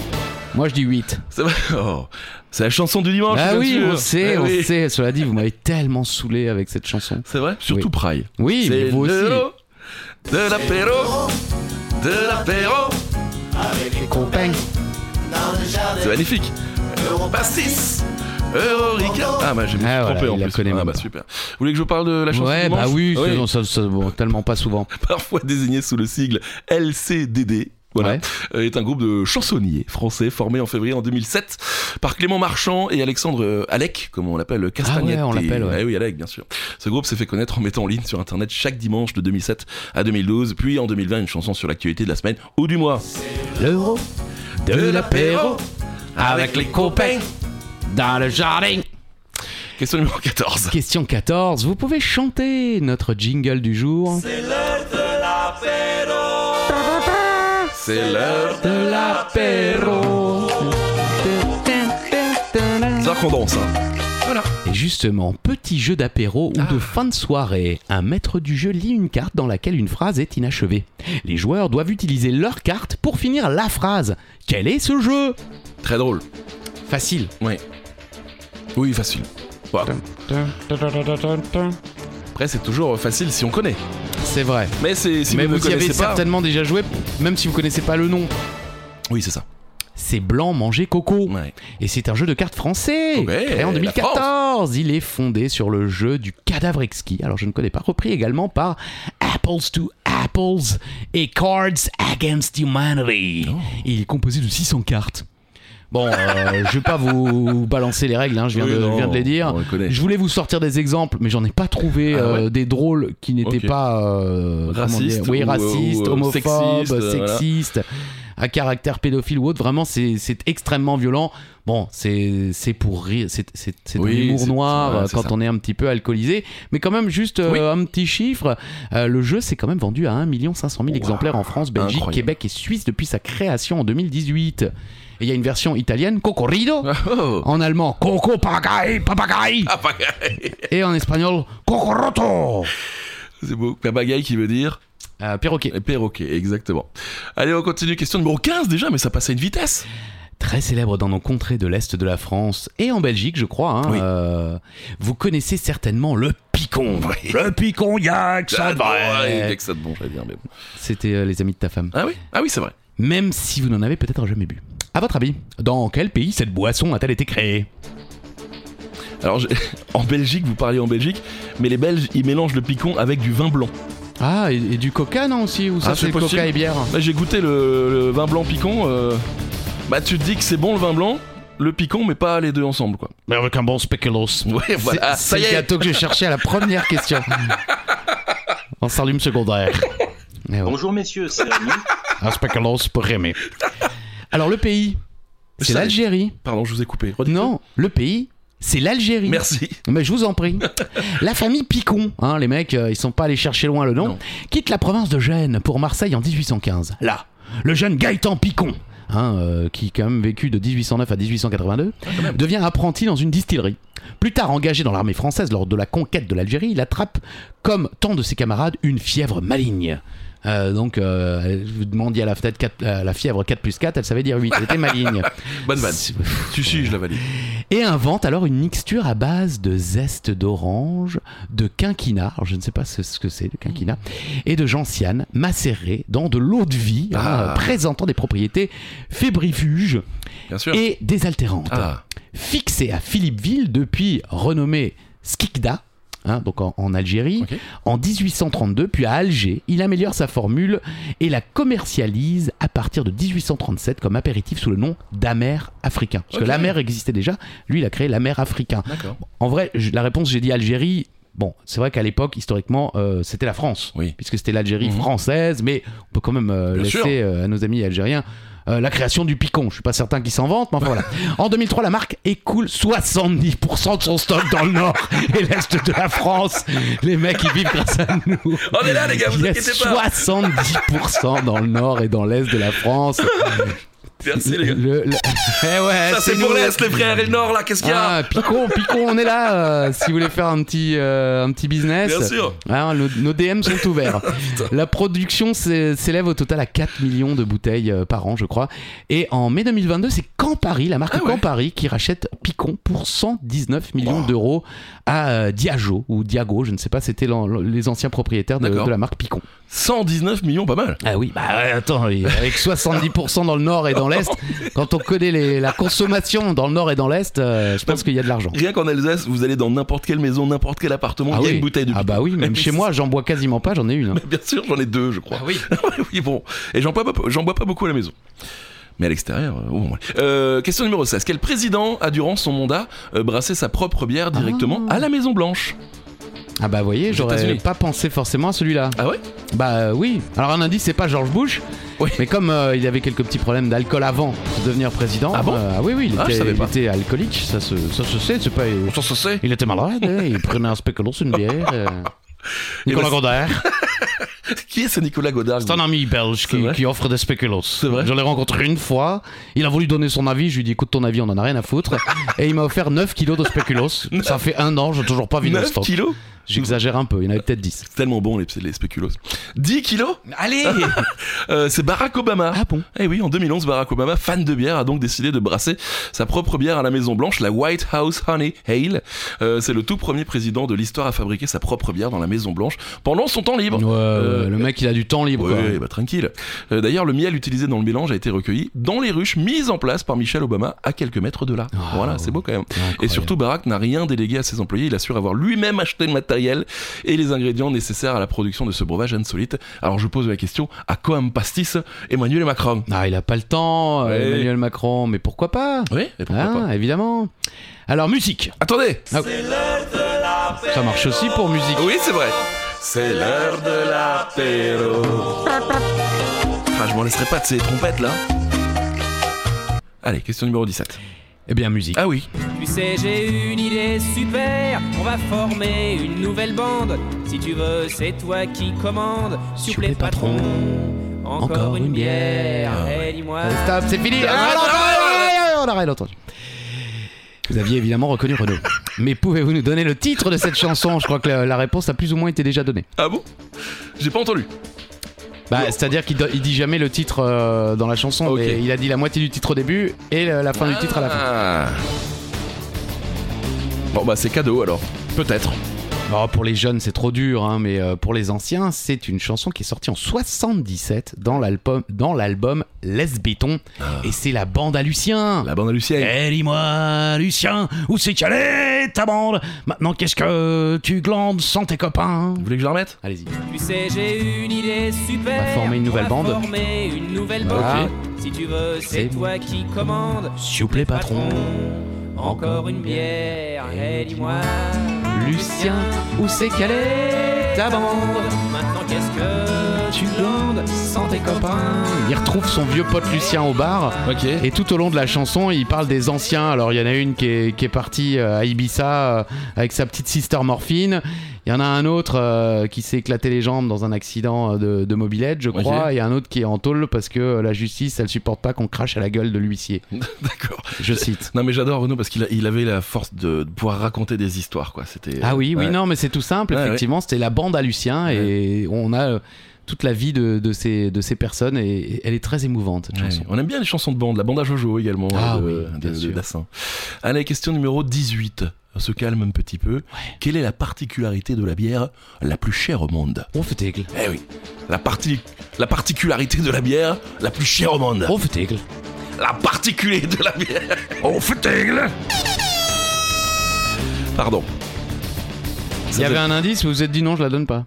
Speaker 3: Moi je dis 8.
Speaker 1: C'est vrai Oh, c'est la chanson du dimanche.
Speaker 3: ah
Speaker 1: bien
Speaker 3: oui,
Speaker 1: sûr.
Speaker 3: on sait,
Speaker 1: Eh
Speaker 3: on
Speaker 1: oui.
Speaker 3: sait. Cela dit, vous m'avez tellement saoulé avec cette chanson.
Speaker 1: C'est vrai Surtout
Speaker 3: Oui.
Speaker 1: Praille.
Speaker 3: Oui, mais
Speaker 1: C'est
Speaker 3: vous aussi.
Speaker 1: l'euro de l'apéro. De l'apéro.
Speaker 5: Avec les copains dans le
Speaker 1: C'est
Speaker 5: jardin.
Speaker 1: magnifique.
Speaker 5: Euro
Speaker 1: Pastis Eurorica Ah bah j'ai me suis
Speaker 3: Ah, voilà,
Speaker 1: trompé en
Speaker 3: il la
Speaker 1: plus.
Speaker 3: connaît
Speaker 1: ah
Speaker 3: même
Speaker 1: bah
Speaker 3: pas.
Speaker 1: super. Vous voulez que je vous parle de la chanson
Speaker 3: Ouais,
Speaker 1: du
Speaker 3: bah
Speaker 1: dimanche
Speaker 3: oui, ça- ça- bon, tellement pas souvent.
Speaker 1: Parfois désignée sous le sigle LCDD. Voilà,
Speaker 3: Ouais.
Speaker 1: euh, est un groupe de chansonniers français formé en février en 2007 par Clément Marchand et Alexandre euh, Alec, comme on l'appelle, euh, Castagnette.
Speaker 3: Ah ouais, on l'appelle, ouais.
Speaker 1: Eh oui, Alec, bien sûr. Ce groupe s'est fait connaître en mettant en ligne sur Internet chaque dimanche de 2007 à 2012, puis en 2020 une chanson sur l'actualité de la semaine ou du mois.
Speaker 3: L'euro de l'apéro
Speaker 1: avec les copains
Speaker 3: dans le jardin.
Speaker 1: Question numéro 14.
Speaker 3: Question 14. Vous pouvez chanter notre jingle du jour
Speaker 1: C'est l'heure
Speaker 3: de l'apéro.
Speaker 1: Ça qu'on danse. hein.
Speaker 3: Et justement, petit jeu d'apéro ou de fin de soirée. Un maître du jeu lit une carte dans laquelle une phrase est inachevée. Les joueurs doivent utiliser leur carte pour finir la phrase. Quel est ce jeu
Speaker 1: Très drôle.
Speaker 3: Facile.
Speaker 1: Oui. Oui, facile. Voilà. Après, c'est toujours facile si on connaît.
Speaker 3: C'est vrai.
Speaker 1: Mais c'est si
Speaker 3: Mais
Speaker 1: vous ne
Speaker 3: vous y avez
Speaker 1: connaissez pas.
Speaker 3: certainement déjà joué, même si vous connaissez pas le nom.
Speaker 1: Oui, c'est ça.
Speaker 3: C'est Blanc Manger Coco.
Speaker 1: Ouais.
Speaker 3: Et c'est un jeu de cartes français.
Speaker 1: Ouais,
Speaker 3: créé en
Speaker 1: la
Speaker 3: 2014. Il est fondé sur le jeu du cadavre exquis. Alors je ne connais pas. Repris également par Apples to Apples et Cards Against Humanity.
Speaker 1: Oh.
Speaker 3: Et il est composé de 600 cartes. Bon, euh, je vais pas vous balancer les règles, hein, je, viens
Speaker 1: Oui,
Speaker 3: de, je
Speaker 1: non,
Speaker 3: viens de les dire.
Speaker 1: on les connaît.
Speaker 3: Je voulais vous sortir des exemples, mais j'en ai pas trouvé
Speaker 1: Ah ouais.
Speaker 3: euh, des drôles qui n'étaient
Speaker 1: Ok.
Speaker 3: pas euh, comment
Speaker 1: Racistes
Speaker 3: dire
Speaker 1: ou,
Speaker 3: oui,
Speaker 1: euh,
Speaker 3: racistes,
Speaker 1: ou, euh,
Speaker 3: homophobes,
Speaker 1: sexistes, euh, voilà.
Speaker 3: sexistes, à caractère pédophile ou autre. Vraiment, c'est c'est extrêmement violent. Bon, c'est c'est pour rire, c'est c'est- c'est de
Speaker 1: Oui,
Speaker 3: l'humour
Speaker 1: c'est-
Speaker 3: noir
Speaker 1: ouais,
Speaker 3: euh,
Speaker 1: c'est
Speaker 3: quand
Speaker 1: ça.
Speaker 3: on est un petit peu alcoolisé, mais quand même juste euh,
Speaker 1: Oui.
Speaker 3: un petit chiffre. euh, le jeu s'est quand même vendu à 1 500 000
Speaker 1: Ouah,
Speaker 3: exemplaires en France, Belgique,
Speaker 1: incroyable.
Speaker 3: Québec et Suisse depuis sa création en 2018. Et il y a une version italienne, Cocorido,
Speaker 1: Oh.
Speaker 3: en allemand, Coco Papagai, Papagai,
Speaker 1: Ah, pagaille.
Speaker 3: et en espagnol, Cocoroto,
Speaker 1: C'est beau. Pagaille qui veut dire
Speaker 3: Euh, perroquet.
Speaker 1: perroquet, exactement. Allez, on continue. Question numéro 15 déjà, mais ça passe à une vitesse.
Speaker 3: très célèbre dans nos contrées de l'Est de la France et en Belgique, je crois. hein,
Speaker 1: Oui.
Speaker 3: euh, vous connaissez certainement le picon.
Speaker 2: Le picognac, ça
Speaker 1: Ouais,
Speaker 3: vrai.
Speaker 1: Ah, que ça de bon, j'allais dire, mais bon.
Speaker 3: C'était euh, les amis de ta femme.
Speaker 1: Ah oui, ah oui, c'est vrai.
Speaker 3: Même si vous n'en avez peut-être jamais bu. À votre avis, dans quel pays cette boisson a-t-elle été créée
Speaker 1: Alors, j'ai- en Belgique, vous parlez en Belgique, mais les Belges, ils mélangent le picon avec du vin blanc.
Speaker 3: Ah, et, et du coca, non, aussi Ou ça,
Speaker 1: Ah, c'est
Speaker 3: c'est
Speaker 1: possible.
Speaker 3: coca et bière
Speaker 1: Là, j'ai goûté le, le vin blanc picon. euh, Bah, tu te dis que c'est bon le vin blanc, le picon, mais pas les deux ensemble, quoi.
Speaker 3: Mais avec un bon speculoos.
Speaker 1: Ouais, voilà,
Speaker 3: c'est
Speaker 1: ça
Speaker 3: c'est
Speaker 1: y
Speaker 3: le
Speaker 1: est.
Speaker 3: gâteau que je cherchais à la première question. On s'allume secondaire. Mais Eh ouais,
Speaker 4: Bonjour messieurs, c'est Rémi.
Speaker 3: Un speculoos pour Rémi. Alors, le pays, c'est
Speaker 1: Ça-
Speaker 3: l'Algérie.
Speaker 1: Pardon, je vous ai coupé. Redites-
Speaker 3: Non, le pays, c'est l'Algérie.
Speaker 1: Merci.
Speaker 3: Mais je vous en prie. La famille Picon, hein, les mecs, euh, ils sont pas allés chercher loin le nom,
Speaker 1: Non.
Speaker 3: quitte la province de Gênes pour Marseille en 1815. Là, le jeune Gaëtan Picon. hein, euh, qui quand même vécu de 1809 à 1882,
Speaker 1: Ah,
Speaker 3: devient apprenti dans une distillerie. Plus tard engagé dans l'armée française lors de la conquête de l'Algérie, il attrape, comme tant de ses camarades, une fièvre maligne. Euh, donc, euh, elle- vous demandiez à la, fenêtre quatre- à la fièvre 4 plus 4, elle savait dire 8, elle était maligne.
Speaker 1: Bonne vanne.
Speaker 3: C'est-
Speaker 1: Tu suis, je la valide.
Speaker 3: et invente alors une mixture à base de zeste d'orange, de quinquina, alors je ne sais pas ce, ce que c'est le quinquina, et de gentiane macérée dans de l'eau de vie, hein,
Speaker 1: Ah.
Speaker 3: euh, présentant des propriétés fébrifuges
Speaker 1: Bien sûr.
Speaker 3: et désaltérantes.
Speaker 1: Ah,
Speaker 3: Fixée à Philippeville, depuis renommée Skikda, hein, donc en, en Algérie,
Speaker 1: Ok.
Speaker 3: en 1832, puis à Alger, il améliore sa formule et la commercialise à partir de 1837 comme apéritif sous le nom d'amer africain. Parce
Speaker 1: Ok.
Speaker 3: que l'amer existait déjà, lui il a créé l'amer africain.
Speaker 1: d'accord.
Speaker 3: En vrai, je- la réponse, j'ai dit Algérie. Bon, c'est vrai qu'à l'époque, historiquement, euh, c'était la France,
Speaker 1: Oui.
Speaker 3: puisque c'était l'Algérie
Speaker 1: Mhm.
Speaker 3: française, mais on peut quand même euh,
Speaker 1: Bien sûr.
Speaker 3: laisser euh, à nos amis algériens euh, la création du picon. Je suis pas certain qu'ils s'en vantent, mais enfin voilà. En 2003, la marque écoule 70% de son stock dans le nord et l'est de la France. Les mecs, ils vivent grâce à nous.
Speaker 1: On est là, les gars, vous
Speaker 3: Il y a
Speaker 1: inquiétez pas.
Speaker 3: 70% dans le nord et dans l'est de la France.
Speaker 1: Merci, les gars.
Speaker 3: Le- le- Eh ouais,
Speaker 1: Ça, c'est
Speaker 3: c'est
Speaker 1: pour
Speaker 3: nous.
Speaker 1: l'Est, les frères et le Nord, là, qu'est-ce qu'il y a
Speaker 3: Ah, Picon, Picon, on est là. euh, si vous voulez faire un petit, euh, un petit business,
Speaker 1: Bien sûr.
Speaker 3: Hein, nos, nos DM sont ouverts. La production s'é- s'élève au total à 4 millions de bouteilles euh, par an, je crois. Et en mai 2022, c'est Campari, la marque
Speaker 1: Ah ouais.
Speaker 3: Campari, qui rachète Picon pour 119 millions
Speaker 1: Wow.
Speaker 3: d'euros à euh, Diageo ou Diago, je ne sais pas, c'était l'an- les anciens propriétaires de,
Speaker 1: D'accord.
Speaker 3: de la marque Picon.
Speaker 1: 119 millions, pas mal.
Speaker 3: Ah oui, bah ouais, attends, avec 70% dans le nord et dans l'est, quand on connaît les- la consommation dans le nord et dans l'est, euh, je pense qu'il y a de l'argent.
Speaker 1: Rien qu'en Alsace, vous allez dans n'importe quelle maison, n'importe quel appartement, il y a une bouteille de
Speaker 3: Ah
Speaker 1: Picon.
Speaker 3: bah oui, même chez moi, j'en bois quasiment pas, j'en ai une. hein.
Speaker 1: Bien sûr, j'en ai deux, je crois.
Speaker 3: Ah
Speaker 1: Ah
Speaker 3: oui.
Speaker 1: oui, bon. Et j'en bois, pas- j'en bois pas beaucoup à la maison. Mais à l'extérieur, euh, oh, bon, ouais. Euh, question numéro 16. Quel président a, durant son mandat, euh, brassé sa propre bière directement à la Maison-Blanche
Speaker 3: Ah bah voyez, j'aurais
Speaker 1: États-Unis.
Speaker 3: pas pensé forcément à celui-là.
Speaker 1: Ah ouais
Speaker 3: Bah euh, oui. Alors un indice, c'est pas George Bush,
Speaker 1: Oui.
Speaker 3: mais comme euh, il avait quelques petits problèmes d'alcool avant de devenir président.
Speaker 1: Ah bon
Speaker 3: euh, oui, oui, il,
Speaker 1: Ah, je
Speaker 3: était,
Speaker 1: savais
Speaker 3: il
Speaker 1: pas.
Speaker 3: était alcoolique, ça se, ça se sait, c'est pas.
Speaker 1: Ça, ça, c'est.
Speaker 3: Il était malade, hein, il prenait un speculoos, une bière. euh.
Speaker 1: Et
Speaker 3: Nicolas
Speaker 1: bah,
Speaker 3: Godard,
Speaker 1: Qui est ce Nicolas Godard
Speaker 3: c'est un ami belge
Speaker 1: C'est
Speaker 3: qui,
Speaker 1: vrai
Speaker 3: qui offre des speculoos.
Speaker 1: C'est vrai
Speaker 3: Je l'ai rencontré une fois, il a voulu donner son avis, je lui ai dit écoute ton avis, on en a rien à foutre. Et il m'a offert 9 kilos de speculoos. ça fait un an, j'ai toujours pas vu de
Speaker 1: 9
Speaker 3: stock.
Speaker 1: kilos
Speaker 3: J'exagère un peu, il y en avait peut-être 10.
Speaker 1: C'est tellement bon, les, les spéculos. 10 kilos
Speaker 3: Allez
Speaker 1: Euh, C'est Barack Obama.
Speaker 3: Ah bon
Speaker 1: Eh oui, en 2011, Barack Obama, fan de bière, a donc décidé de brasser sa propre bière à la Maison Blanche, la White House Honey Ale. Euh, c'est le tout premier président de l'histoire à fabriquer sa propre bière dans la Maison Blanche pendant son temps libre.
Speaker 3: Ouais,
Speaker 1: Euh,
Speaker 3: ouais, le mec il a du temps libre quoi.
Speaker 1: Ouais, bah tranquille. Euh, D'ailleurs, le miel utilisé dans le mélange a été recueilli dans les ruches mises en place par Michel Obama à quelques mètres de là.
Speaker 3: Ah,
Speaker 1: voilà,
Speaker 3: ouais.
Speaker 1: c'est beau quand même.
Speaker 3: Incroyable.
Speaker 1: Et surtout, Barack n'a rien délégué à ses employés. Il assure avoir lui-même acheté le matériel et les ingrédients nécessaires à la production de ce breuvage insolite. Alors, je pose la question à quoi me pastis Emmanuel Macron
Speaker 3: Ah, il a pas le temps, euh,
Speaker 1: Ouais.
Speaker 3: Emmanuel Macron, mais pourquoi pas
Speaker 1: Oui, et pourquoi
Speaker 3: Ah,
Speaker 1: pas
Speaker 3: évidemment. Alors, musique
Speaker 1: Attendez
Speaker 3: Ça marche aussi pour musique.
Speaker 1: Oui, c'est vrai. C'est l'heure de l'apéro. Ah, je m'en laisserai pas de ces trompettes là. Allez, question numéro 17.
Speaker 3: Eh bien, musique.
Speaker 1: Ah oui,
Speaker 6: Tu sais, j'ai une idée super, on va former une nouvelle bande. Si tu veux, c'est toi qui commande.
Speaker 3: Souple
Speaker 6: Souple patron, encore,
Speaker 3: Encore une
Speaker 6: une bière.
Speaker 3: bière.
Speaker 6: Eh, dis-moi.
Speaker 3: Allez, stop, c'est fini
Speaker 1: Ah,
Speaker 3: Ah,
Speaker 1: non,
Speaker 3: non, non, non, non, non, On arrête, on arrête. Vous aviez évidemment reconnu Renaud. Mais pouvez-vous nous donner le titre de cette chanson Je crois que la, la réponse a plus ou moins été déjà donnée.
Speaker 1: ah bon J'ai pas entendu.
Speaker 3: Bah, c'est-à-dire qu'il do- il dit jamais le titre euh, dans la chanson,
Speaker 1: Ok.
Speaker 3: mais il a dit la moitié du titre au début et la la fin du titre à la fin.
Speaker 1: Ah. Bon bah c'est cadeau alors. Peut-être.
Speaker 3: Alors, Bah, pour les jeunes, c'est trop dur, hein, mais euh, pour les anciens, c'est une chanson qui est sortie en 77 dans l'album, dans l'album Lesbéton,
Speaker 2: Ah.
Speaker 3: et c'est la bande à Lucien.
Speaker 1: La bande à Lucien.
Speaker 2: Eh, dis-moi, Lucien, où c'est qu'elle est, ta bande Maintenant, qu'est-ce que tu glandes sans tes copains
Speaker 1: Vous voulez que je la remette
Speaker 3: Allez-y.
Speaker 6: Tu sais, j'ai une idée super.
Speaker 3: On va former une nouvelle
Speaker 6: va
Speaker 3: bande.
Speaker 6: Former une nouvelle bande.
Speaker 3: Voilà.
Speaker 6: Si tu veux,
Speaker 3: C'est
Speaker 6: c'est toi qui commande.
Speaker 2: S'il vous plaît, patron.
Speaker 6: Encore une bière. Et dis-moi.
Speaker 3: Lucien, où c'est qu'elle est ta bande
Speaker 6: Eh, Maintenant, qu'est-ce que tu glandes sans tes copains
Speaker 3: Il retrouve son vieux pote Lucien au bar.
Speaker 1: Ok.
Speaker 3: Et tout au long de la chanson, il parle des anciens. Alors, il y en a une qui est, qui est partie euh, à Ibiza euh, avec sa petite sister morphine. Il y en a un autre euh, qui s'est éclaté les jambes dans un accident euh, de, de mobilette, je
Speaker 1: Ok.
Speaker 3: crois. Et un autre qui est en tôle parce que euh, la justice, elle supporte pas qu'on crache à la gueule de l'huissier.
Speaker 1: D'accord.
Speaker 3: Je cite.
Speaker 1: Non mais j'adore Renaud parce qu'il a- il avait la force de, de pouvoir raconter des histoires quoi. C'était.
Speaker 3: Ah oui, oui,
Speaker 1: Ouais.
Speaker 3: non, mais c'est tout simple.
Speaker 1: Ouais,
Speaker 3: effectivement, c'était la bande à Lucien. Et on a euh, toute la vie de, de ces, de ces personnes. Et, et elle est très émouvante, cette
Speaker 1: Ouais.
Speaker 3: chanson.
Speaker 1: On aime bien les chansons de bande, la bande à Jojo également
Speaker 3: Ah
Speaker 1: hein, de,
Speaker 3: oui, bien
Speaker 1: de- de
Speaker 3: sûr.
Speaker 1: Dassin. Allez, question numéro 18. On se calme un petit peu. Quelle est la particularité de la bière la plus chère au monde
Speaker 3: On fait aigle.
Speaker 1: Eh oui, la, parti- la particularité de la bière la plus chère au monde.
Speaker 3: On fait aigle.
Speaker 1: La particulier de la bière.
Speaker 2: On fait aigle
Speaker 1: Pardon.
Speaker 3: Il y avait un indice, vous vous êtes dit non, je la donne pas.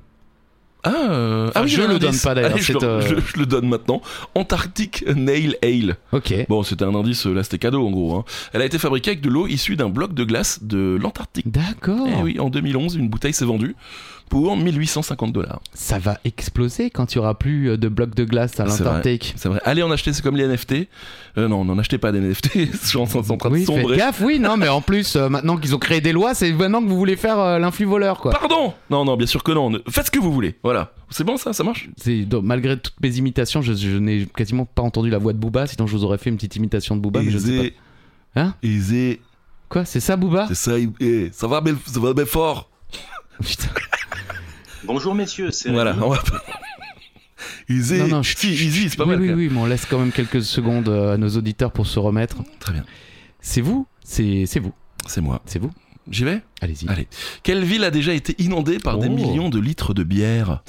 Speaker 1: Ah, euh,
Speaker 3: Enfin,
Speaker 1: ah oui,
Speaker 3: je
Speaker 1: j'ai un
Speaker 3: le donne
Speaker 1: indice.
Speaker 3: pas, d'ailleurs,
Speaker 1: Allez, Je,
Speaker 3: c'est,
Speaker 1: le-
Speaker 3: euh,
Speaker 1: je- je le donne maintenant. Antarctic Nail Ale.
Speaker 3: Ok.
Speaker 1: Bon, c'était un indice, euh, là c'était cadeau en gros. hein. Elle a été fabriquée avec de l'eau issue d'un bloc de glace de l'Antarctique.
Speaker 3: D'accord.
Speaker 1: Eh oui, en 2011, une bouteille s'est vendue pour 1850 dollars.
Speaker 3: Ça va exploser quand il y aura plus euh, de blocs de glace à
Speaker 1: C'est vrai.
Speaker 3: l'Antarctique.
Speaker 1: C'est vrai. Allez en acheter, c'est comme les NFT. Euh, non, n'en achetez pas des NFT. Je suis en train en train de
Speaker 3: Oui, faites
Speaker 1: sombrer.
Speaker 3: gaffe, oui, non, mais en plus, euh, maintenant qu'ils ont créé des lois, c'est maintenant que vous voulez faire euh, l'influx voleur, quoi.
Speaker 1: Pardon Non, non, bien sûr que non. Ne- Faites ce que vous voulez. Voilà. C'est bon ça Ça marche
Speaker 3: C'est- donc, malgré toutes mes imitations, je, je n'ai quasiment pas entendu la voix de Booba, sinon je vous aurais fait une petite imitation de Booba, mais je ne sais
Speaker 1: Aisé.
Speaker 3: pas. Hein Ah.
Speaker 1: Aisé.
Speaker 3: Quoi, c'est ça Booba
Speaker 1: C'est ça, il- eh, ça va, belle, ça va, belle fort.
Speaker 3: Putain.
Speaker 4: Bonjour messieurs, c'est
Speaker 1: Voilà,
Speaker 4: Rémi.
Speaker 1: on va pas. Easy,
Speaker 3: Non, non, je-
Speaker 1: si, easy, c'est pas
Speaker 3: oui,
Speaker 1: mal.
Speaker 3: oui,
Speaker 1: quand même.
Speaker 3: oui, mais on laisse quand même quelques secondes euh, à nos auditeurs pour se remettre.
Speaker 1: Très bien,
Speaker 3: C'est vous C'est c'est vous
Speaker 1: c'est moi.
Speaker 3: C'est vous
Speaker 1: J'y vais
Speaker 3: Allez-y.
Speaker 1: Allez. Quelle ville a déjà été inondée par des
Speaker 3: Oh.
Speaker 1: millions de litres de bière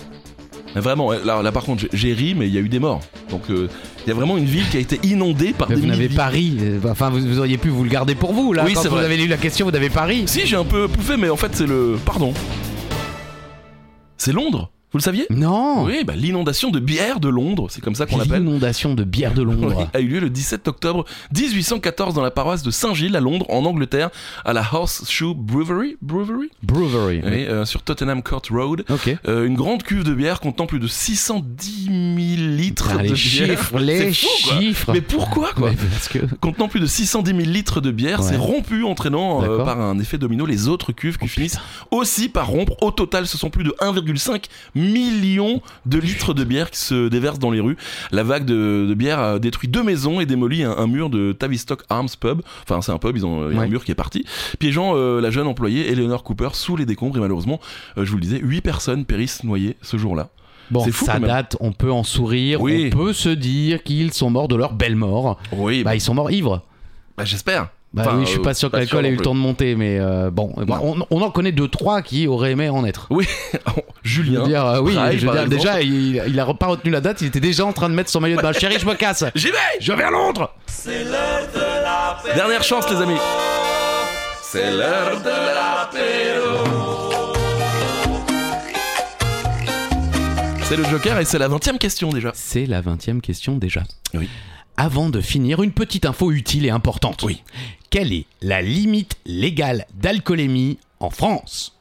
Speaker 1: Mais Vraiment, là, là, par contre, j'ai- j'ai ri, mais il y a eu des morts. Donc euh, il y a vraiment une ville qui a été inondée par
Speaker 3: Mais
Speaker 1: des
Speaker 3: vous n'avez
Speaker 1: milliers.
Speaker 3: pas ri, euh, enfin vous, vous auriez pu vous le garder pour vous là.
Speaker 1: Oui,
Speaker 3: quand
Speaker 1: c'est
Speaker 3: vous
Speaker 1: vrai.
Speaker 3: avez lu la question, vous n'avez pas ri.
Speaker 1: Si, j'ai un peu pouffé, mais en fait, c'est le. Pardon. C'est Londres Vous le saviez
Speaker 3: Non
Speaker 1: Oui, bah, l'inondation de bière de Londres, c'est comme ça qu'on l'appelle.
Speaker 3: L'inondation de bière de
Speaker 1: Oui,
Speaker 3: Londres.
Speaker 1: a eu lieu le 17 octobre 1814 dans la paroisse de Saint-Gilles à Londres, en Angleterre, à la Horseshoe Brewery, Brewery
Speaker 3: Brewery.
Speaker 1: Oui, euh, sur Tottenham Court Road.
Speaker 3: Ok.
Speaker 1: Euh, une grande cuve de bière contenant plus de 610 000 litres
Speaker 3: Putain,
Speaker 1: de
Speaker 3: les
Speaker 1: bière.
Speaker 3: chiffres, les
Speaker 1: C'est fou, quoi.
Speaker 3: chiffres.
Speaker 1: Mais pourquoi quoi
Speaker 3: Ouais, parce que
Speaker 1: Contenant plus de 610 000 litres de bière,
Speaker 3: Ouais.
Speaker 1: c'est rompu entraînant euh,
Speaker 3: D'accord.
Speaker 1: par un effet domino les autres cuves qui
Speaker 3: Oh,
Speaker 1: finissent aussi par rompre. Au total, ce sont plus de 1,5 million de litres de bière qui se déversent dans les rues. La vague de, de bière a détruit deux maisons et démoli un, un mur de Tavistock Arms Pub. Enfin, c'est un pub, ils ont il y a
Speaker 3: Ouais.
Speaker 1: un mur qui est parti, piégeant euh, la jeune employée Eleanor Cooper sous les décombres. Et malheureusement, euh, je vous le disais, 8 personnes périssent noyées ce jour-là.
Speaker 3: bon,
Speaker 1: C'est fou,
Speaker 3: ça
Speaker 1: quand même.
Speaker 3: date, on peut en sourire,
Speaker 1: Oui.
Speaker 3: on peut se dire qu'ils sont morts de leur belle mort.
Speaker 1: Oui, bah,
Speaker 3: Bah ils sont morts ivres.
Speaker 1: j'espère.
Speaker 3: Bah
Speaker 1: Enfin,
Speaker 3: oui, je suis
Speaker 1: euh,
Speaker 3: pas sûr que
Speaker 1: pas sûr
Speaker 3: l'alcool ait
Speaker 1: non
Speaker 3: eu le
Speaker 1: plus.
Speaker 3: temps de monter, mais euh, bon, bah, on, on en connaît deux trois qui auraient aimé en être. Je
Speaker 1: Julien.
Speaker 3: veux dire, euh, oui,
Speaker 1: Braille,
Speaker 3: je veux
Speaker 1: hein. par
Speaker 3: dire,
Speaker 1: exemple.
Speaker 3: déjà, il, il a pas retenu la date, il était déjà en train de mettre son maillot de bain. Chérie, je me casse.
Speaker 1: J'y vais
Speaker 2: Je vais à Londres
Speaker 1: Dernière chance, les amis. C'est l'heure de l'apéro. C'est le Joker et c'est la 20 e question déjà.
Speaker 3: C'est la vingtième question déjà.
Speaker 1: Oui.
Speaker 3: Avant de finir, une petite info utile et importante.
Speaker 1: Oui.
Speaker 3: Quelle est la limite légale d'alcoolémie en France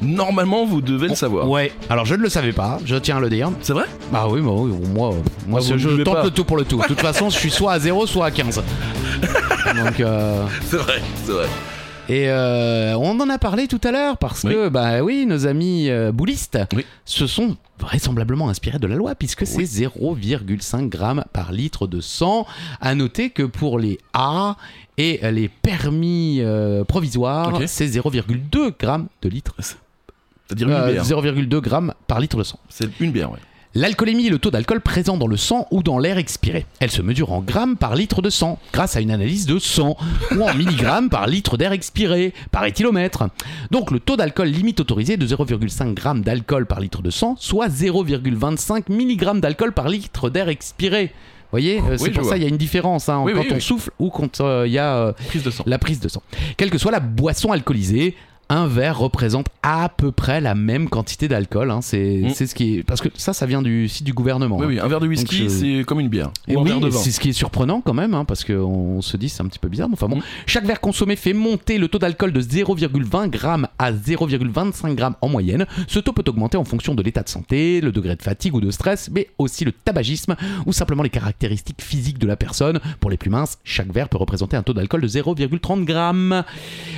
Speaker 1: Normalement, vous devez le savoir.
Speaker 3: Oh, Ouais, alors je ne le savais pas, hein. je tiens à le dire.
Speaker 1: C'est vrai
Speaker 3: Bah oui, bah oui, moi, moi
Speaker 1: Ah,
Speaker 3: je,
Speaker 1: vous
Speaker 3: je
Speaker 1: buvez
Speaker 3: tente
Speaker 1: pas.
Speaker 3: le tout pour le tout. De toute façon, je suis soit à 0, soit à 15. Donc, euh,
Speaker 1: C'est vrai, c'est vrai.
Speaker 3: et euh, on en a parlé tout à l'heure parce
Speaker 1: Oui.
Speaker 3: que, bah oui, nos amis euh, boulistes
Speaker 1: Oui.
Speaker 3: se sont vraisemblablement inspirés de la loi puisque c'est 0,5 grammes par litre de sang. À noter que pour les A et les permis euh, provisoires,
Speaker 1: Ok.
Speaker 3: c'est 0,2 grammes de litre.
Speaker 1: C'est-à-dire une
Speaker 3: Euh,
Speaker 1: bière.
Speaker 3: 0,2 grammes par litre de sang.
Speaker 1: C'est une bière, ouais.
Speaker 3: L'alcoolémie est le taux d'alcool présent dans le sang ou dans l'air expiré. Elle se mesure en grammes par litre de sang, grâce à une analyse de sang, ou en milligrammes par litre d'air expiré, par éthylomètre. Donc le taux d'alcool limite autorisé est de 0,5 g d'alcool par litre de sang, soit 0,25 mg d'alcool par litre d'air expiré. Vous voyez, euh, c'est
Speaker 1: Oui, je
Speaker 3: pour
Speaker 1: vois.
Speaker 3: ça il y a une différence hein,
Speaker 1: Oui,
Speaker 3: quand
Speaker 1: oui,
Speaker 3: on
Speaker 1: oui.
Speaker 3: souffle ou quand euh, il y a euh,
Speaker 1: Prise de sang.
Speaker 3: la prise de sang. Quelle que soit la boisson alcoolisée, un verre représente à peu près la même quantité d'alcool. hein. C'est
Speaker 1: Mm.
Speaker 3: c'est ce qui est parce que ça, ça vient du site du gouvernement.
Speaker 1: Oui,
Speaker 3: hein.
Speaker 1: oui, un verre de whisky,
Speaker 3: Donc, je-
Speaker 1: c'est comme une bière.
Speaker 3: Et
Speaker 1: ou un
Speaker 3: oui,
Speaker 1: verre de vin.
Speaker 3: c'est ce qui est surprenant quand même, hein, parce qu'on se dit c'est un petit peu bizarre. Mais enfin bon,
Speaker 1: Mm.
Speaker 3: chaque verre consommé fait monter le taux d'alcool de 0,20 g à 0,25 g en moyenne. Ce taux peut augmenter en fonction de l'état de santé, le degré de fatigue ou de stress, mais aussi le tabagisme ou simplement les caractéristiques physiques de la personne. Pour les plus minces, chaque verre peut représenter un taux d'alcool de 0,30 g.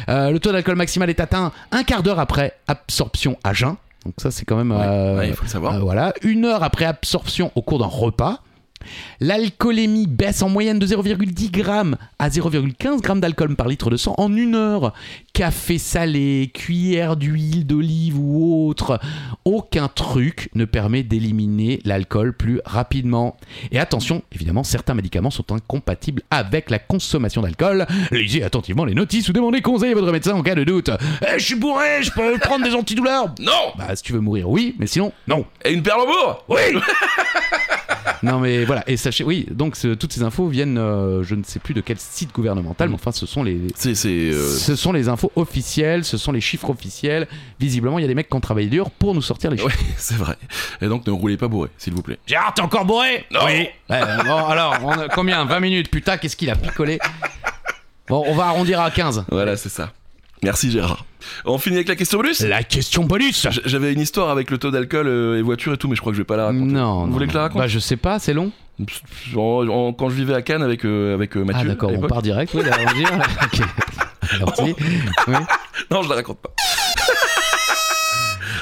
Speaker 3: Euh, le taux d'alcool maximal est atteint un quart d'heure après absorption à jeun. Donc ça c'est quand même
Speaker 1: Ouais,
Speaker 3: euh,
Speaker 1: ouais, il faut le savoir.
Speaker 3: euh, voilà, une heure après absorption au cours d'un repas. L'alcoolémie baisse en moyenne de 0,10 g à 0,15 g d'alcool par litre de sang en une heure. Café salé, cuillère d'huile d'olive ou autre, aucun truc ne permet d'éliminer l'alcool plus rapidement. Et attention, évidemment, certains médicaments sont incompatibles avec la consommation d'alcool. Lisez attentivement les notices ou demandez conseil à votre médecin en cas de doute. Eh, je suis bourré, je peux prendre des antidouleurs
Speaker 1: Non
Speaker 3: bah, si tu veux mourir, oui, mais sinon, non.
Speaker 1: Et une perle en bourre
Speaker 3: Oui Non, mais voilà, et sachez, oui, donc ce- toutes ces infos viennent, euh, je ne sais plus de quel site gouvernemental, mais enfin, ce sont les.
Speaker 1: C'est. c'est, euh,
Speaker 3: Ce sont les infos officielles, ce sont les chiffres officiels. Visiblement, il y a des mecs qui ont travaillé dur pour nous sortir les
Speaker 1: Ouais,
Speaker 3: chiffres.
Speaker 1: c'est vrai. Et donc ne roulez pas bourré, s'il vous plaît.
Speaker 2: Gérard, t'es encore bourré
Speaker 1: Non.
Speaker 2: Oui.
Speaker 3: Ouais, euh, bon, alors, on a combien 20 minutes, putain, qu'est-ce qu'il a picolé Bon, on va arrondir à 15.
Speaker 1: Voilà, c'est ça. Merci Gérard. On finit avec la question bonus
Speaker 3: La question bonus
Speaker 1: J- J'avais une histoire avec le taux d'alcool euh, et voiture et tout, mais je crois que je vais pas la raconter.
Speaker 3: Non,
Speaker 1: Vous
Speaker 3: non,
Speaker 1: voulez que je la
Speaker 3: non.
Speaker 1: raconte
Speaker 3: Bah, je sais pas, c'est long.
Speaker 1: En- en- quand je vivais à Cannes avec, euh, avec euh, Mathieu.
Speaker 3: Ah,
Speaker 1: à
Speaker 3: d'accord, on
Speaker 1: l'époque.
Speaker 3: part direct, oui, d'arrondir. ok. Merci. Oui.
Speaker 1: Non, je la raconte pas.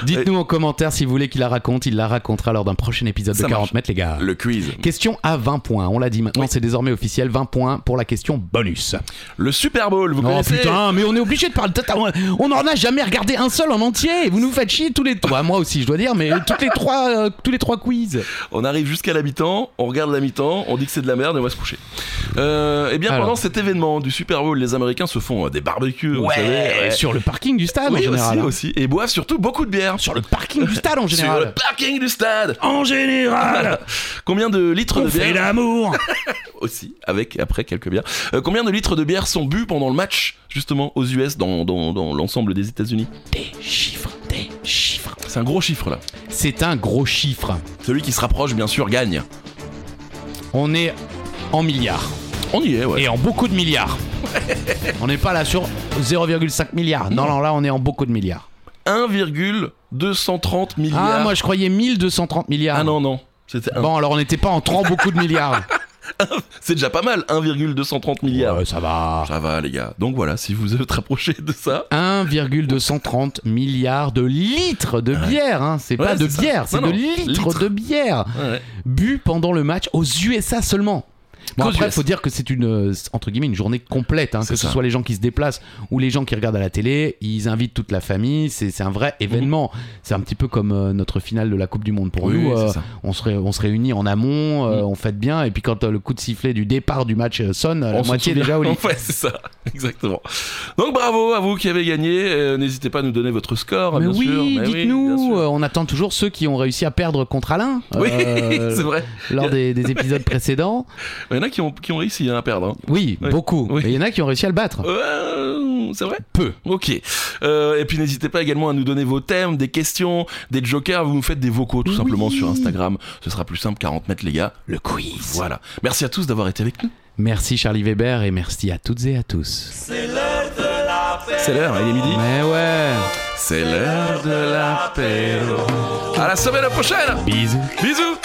Speaker 3: Dites-nous en commentaire si vous voulez qu'il la raconte. Il la racontera lors d'un prochain épisode de
Speaker 1: Ça
Speaker 3: 40
Speaker 1: marche.
Speaker 3: mètres, les gars.
Speaker 1: Le quiz.
Speaker 3: Question à 20 points. On l'a dit maintenant, c'est désormais officiel. 20 points pour la question bonus.
Speaker 1: Le Super Bowl, vous
Speaker 3: Non,
Speaker 1: connaissez
Speaker 3: putain, mais on est obligé de parler. Tata, on- On n'en a jamais regardé un seul en entier. Vous nous faites chier tous les trois. moi aussi, je dois dire, mais toutes les trois, euh, tous les trois quiz.
Speaker 1: On arrive jusqu'à la mi-temps, on regarde la mi-temps, on dit que c'est de la merde et on va se coucher. Euh, eh bien,
Speaker 3: Alors.
Speaker 1: pendant cet événement du Super Bowl, les Américains se font euh, des barbecues, vous savez. ouais.
Speaker 3: Euh, Sur le parking du stade en
Speaker 1: Oui, aussi,
Speaker 3: général. hein.
Speaker 1: aussi. Et boivent surtout beaucoup de bière.
Speaker 3: Sur le parking du stade en
Speaker 1: Sur le
Speaker 3: général.
Speaker 1: parking du stade
Speaker 2: En général,
Speaker 1: Combien de litres
Speaker 2: on
Speaker 1: de
Speaker 2: fait
Speaker 1: bière
Speaker 2: l'amour.
Speaker 1: aussi, avec après quelques bières. Euh, combien de litres de bière sont bu pendant le match, justement, aux US, dans, dans- dans l'ensemble des États-Unis
Speaker 3: Des chiffres, des chiffres.
Speaker 1: C'est un gros chiffre là.
Speaker 3: C'est un gros chiffre.
Speaker 1: Celui qui se rapproche, bien sûr, gagne.
Speaker 3: On est en milliards.
Speaker 1: On y est, ouais.
Speaker 3: et en beaucoup de milliards. on n'est pas là sur 0,5 milliards. Non, non, là on est en beaucoup de milliards.
Speaker 1: 1,230 milliards.
Speaker 3: Ah, moi je croyais 1230 milliards.
Speaker 1: Ah non, non. C'était un-
Speaker 3: Bon, alors on n'était pas en 30 beaucoup de milliards.
Speaker 1: C'est déjà pas mal, 1,230 milliards.
Speaker 3: Ouais, ça va.
Speaker 1: Ça va, les gars. Donc voilà, si vous êtes rapprochés de ça.
Speaker 3: 1,230 milliards de litres de bière. hein. C'est
Speaker 1: Ouais,
Speaker 3: pas de
Speaker 1: c'est ça.
Speaker 3: bière, c'est
Speaker 1: Non,
Speaker 3: de
Speaker 1: non,
Speaker 3: litres
Speaker 1: litres.
Speaker 3: de bière
Speaker 1: Ouais.
Speaker 3: bu pendant le match aux USA seulement. Bon,
Speaker 1: Qu'aux
Speaker 3: après, il
Speaker 1: US.
Speaker 3: faut dire que c'est une euh, entre guillemets une journée complète, hein, que
Speaker 1: C'est
Speaker 3: ce
Speaker 1: ça.
Speaker 3: soit les gens qui se déplacent ou les gens qui regardent à la télé, ils invitent toute la famille, c'est c'est un vrai événement. C'est un petit peu comme euh, notre finale de la Coupe du Monde pour
Speaker 1: Oui,
Speaker 3: nous.
Speaker 1: oui, c'est
Speaker 3: euh,
Speaker 1: ça.
Speaker 3: on, se ré- on se réunit en amont, euh,
Speaker 1: Mhm.
Speaker 3: on fête bien, et puis quand euh, le coup de sifflet du départ du match euh, sonne, euh, la
Speaker 1: On s'en
Speaker 3: moitié est
Speaker 1: souvient.
Speaker 3: déjà au lit.
Speaker 1: Ouais, c'est ça, exactement. Donc bravo à vous qui avez gagné. Euh, N'hésitez pas à nous donner votre score,
Speaker 3: Mais
Speaker 1: bien sûr.
Speaker 3: oui,
Speaker 1: Mais oui,
Speaker 3: dites-nous,
Speaker 1: bien sûr.
Speaker 3: euh, on attend toujours ceux qui ont réussi à perdre contre Alain
Speaker 1: Oui,
Speaker 3: euh,
Speaker 1: c'est vrai.
Speaker 3: lors des, des épisodes précédents.
Speaker 1: Il y en a qui ont, qui ont réussi hein, à perdre. hein.
Speaker 3: Oui,
Speaker 1: Oui.
Speaker 3: beaucoup.
Speaker 1: Oui.
Speaker 3: Mais il y en a qui ont réussi à le battre.
Speaker 1: Euh, c'est vrai
Speaker 3: Peu.
Speaker 1: Ok. Euh, et puis n'hésitez pas également à nous donner vos thèmes, des questions, des jokers. Vous nous faites des vocaux tout
Speaker 3: Oui.
Speaker 1: simplement sur Instagram. Ce sera plus simple, 40 mètres les gars.
Speaker 3: Le quiz.
Speaker 1: Voilà. Merci à tous d'avoir été avec nous.
Speaker 3: Merci Charlie Weber et merci à toutes et à tous.
Speaker 1: C'est l'heure, hein, il est midi.
Speaker 3: Mais ouais.
Speaker 1: C'est l'heure de l'apéro. À la semaine prochaine.
Speaker 3: Bisous.
Speaker 1: Bisous.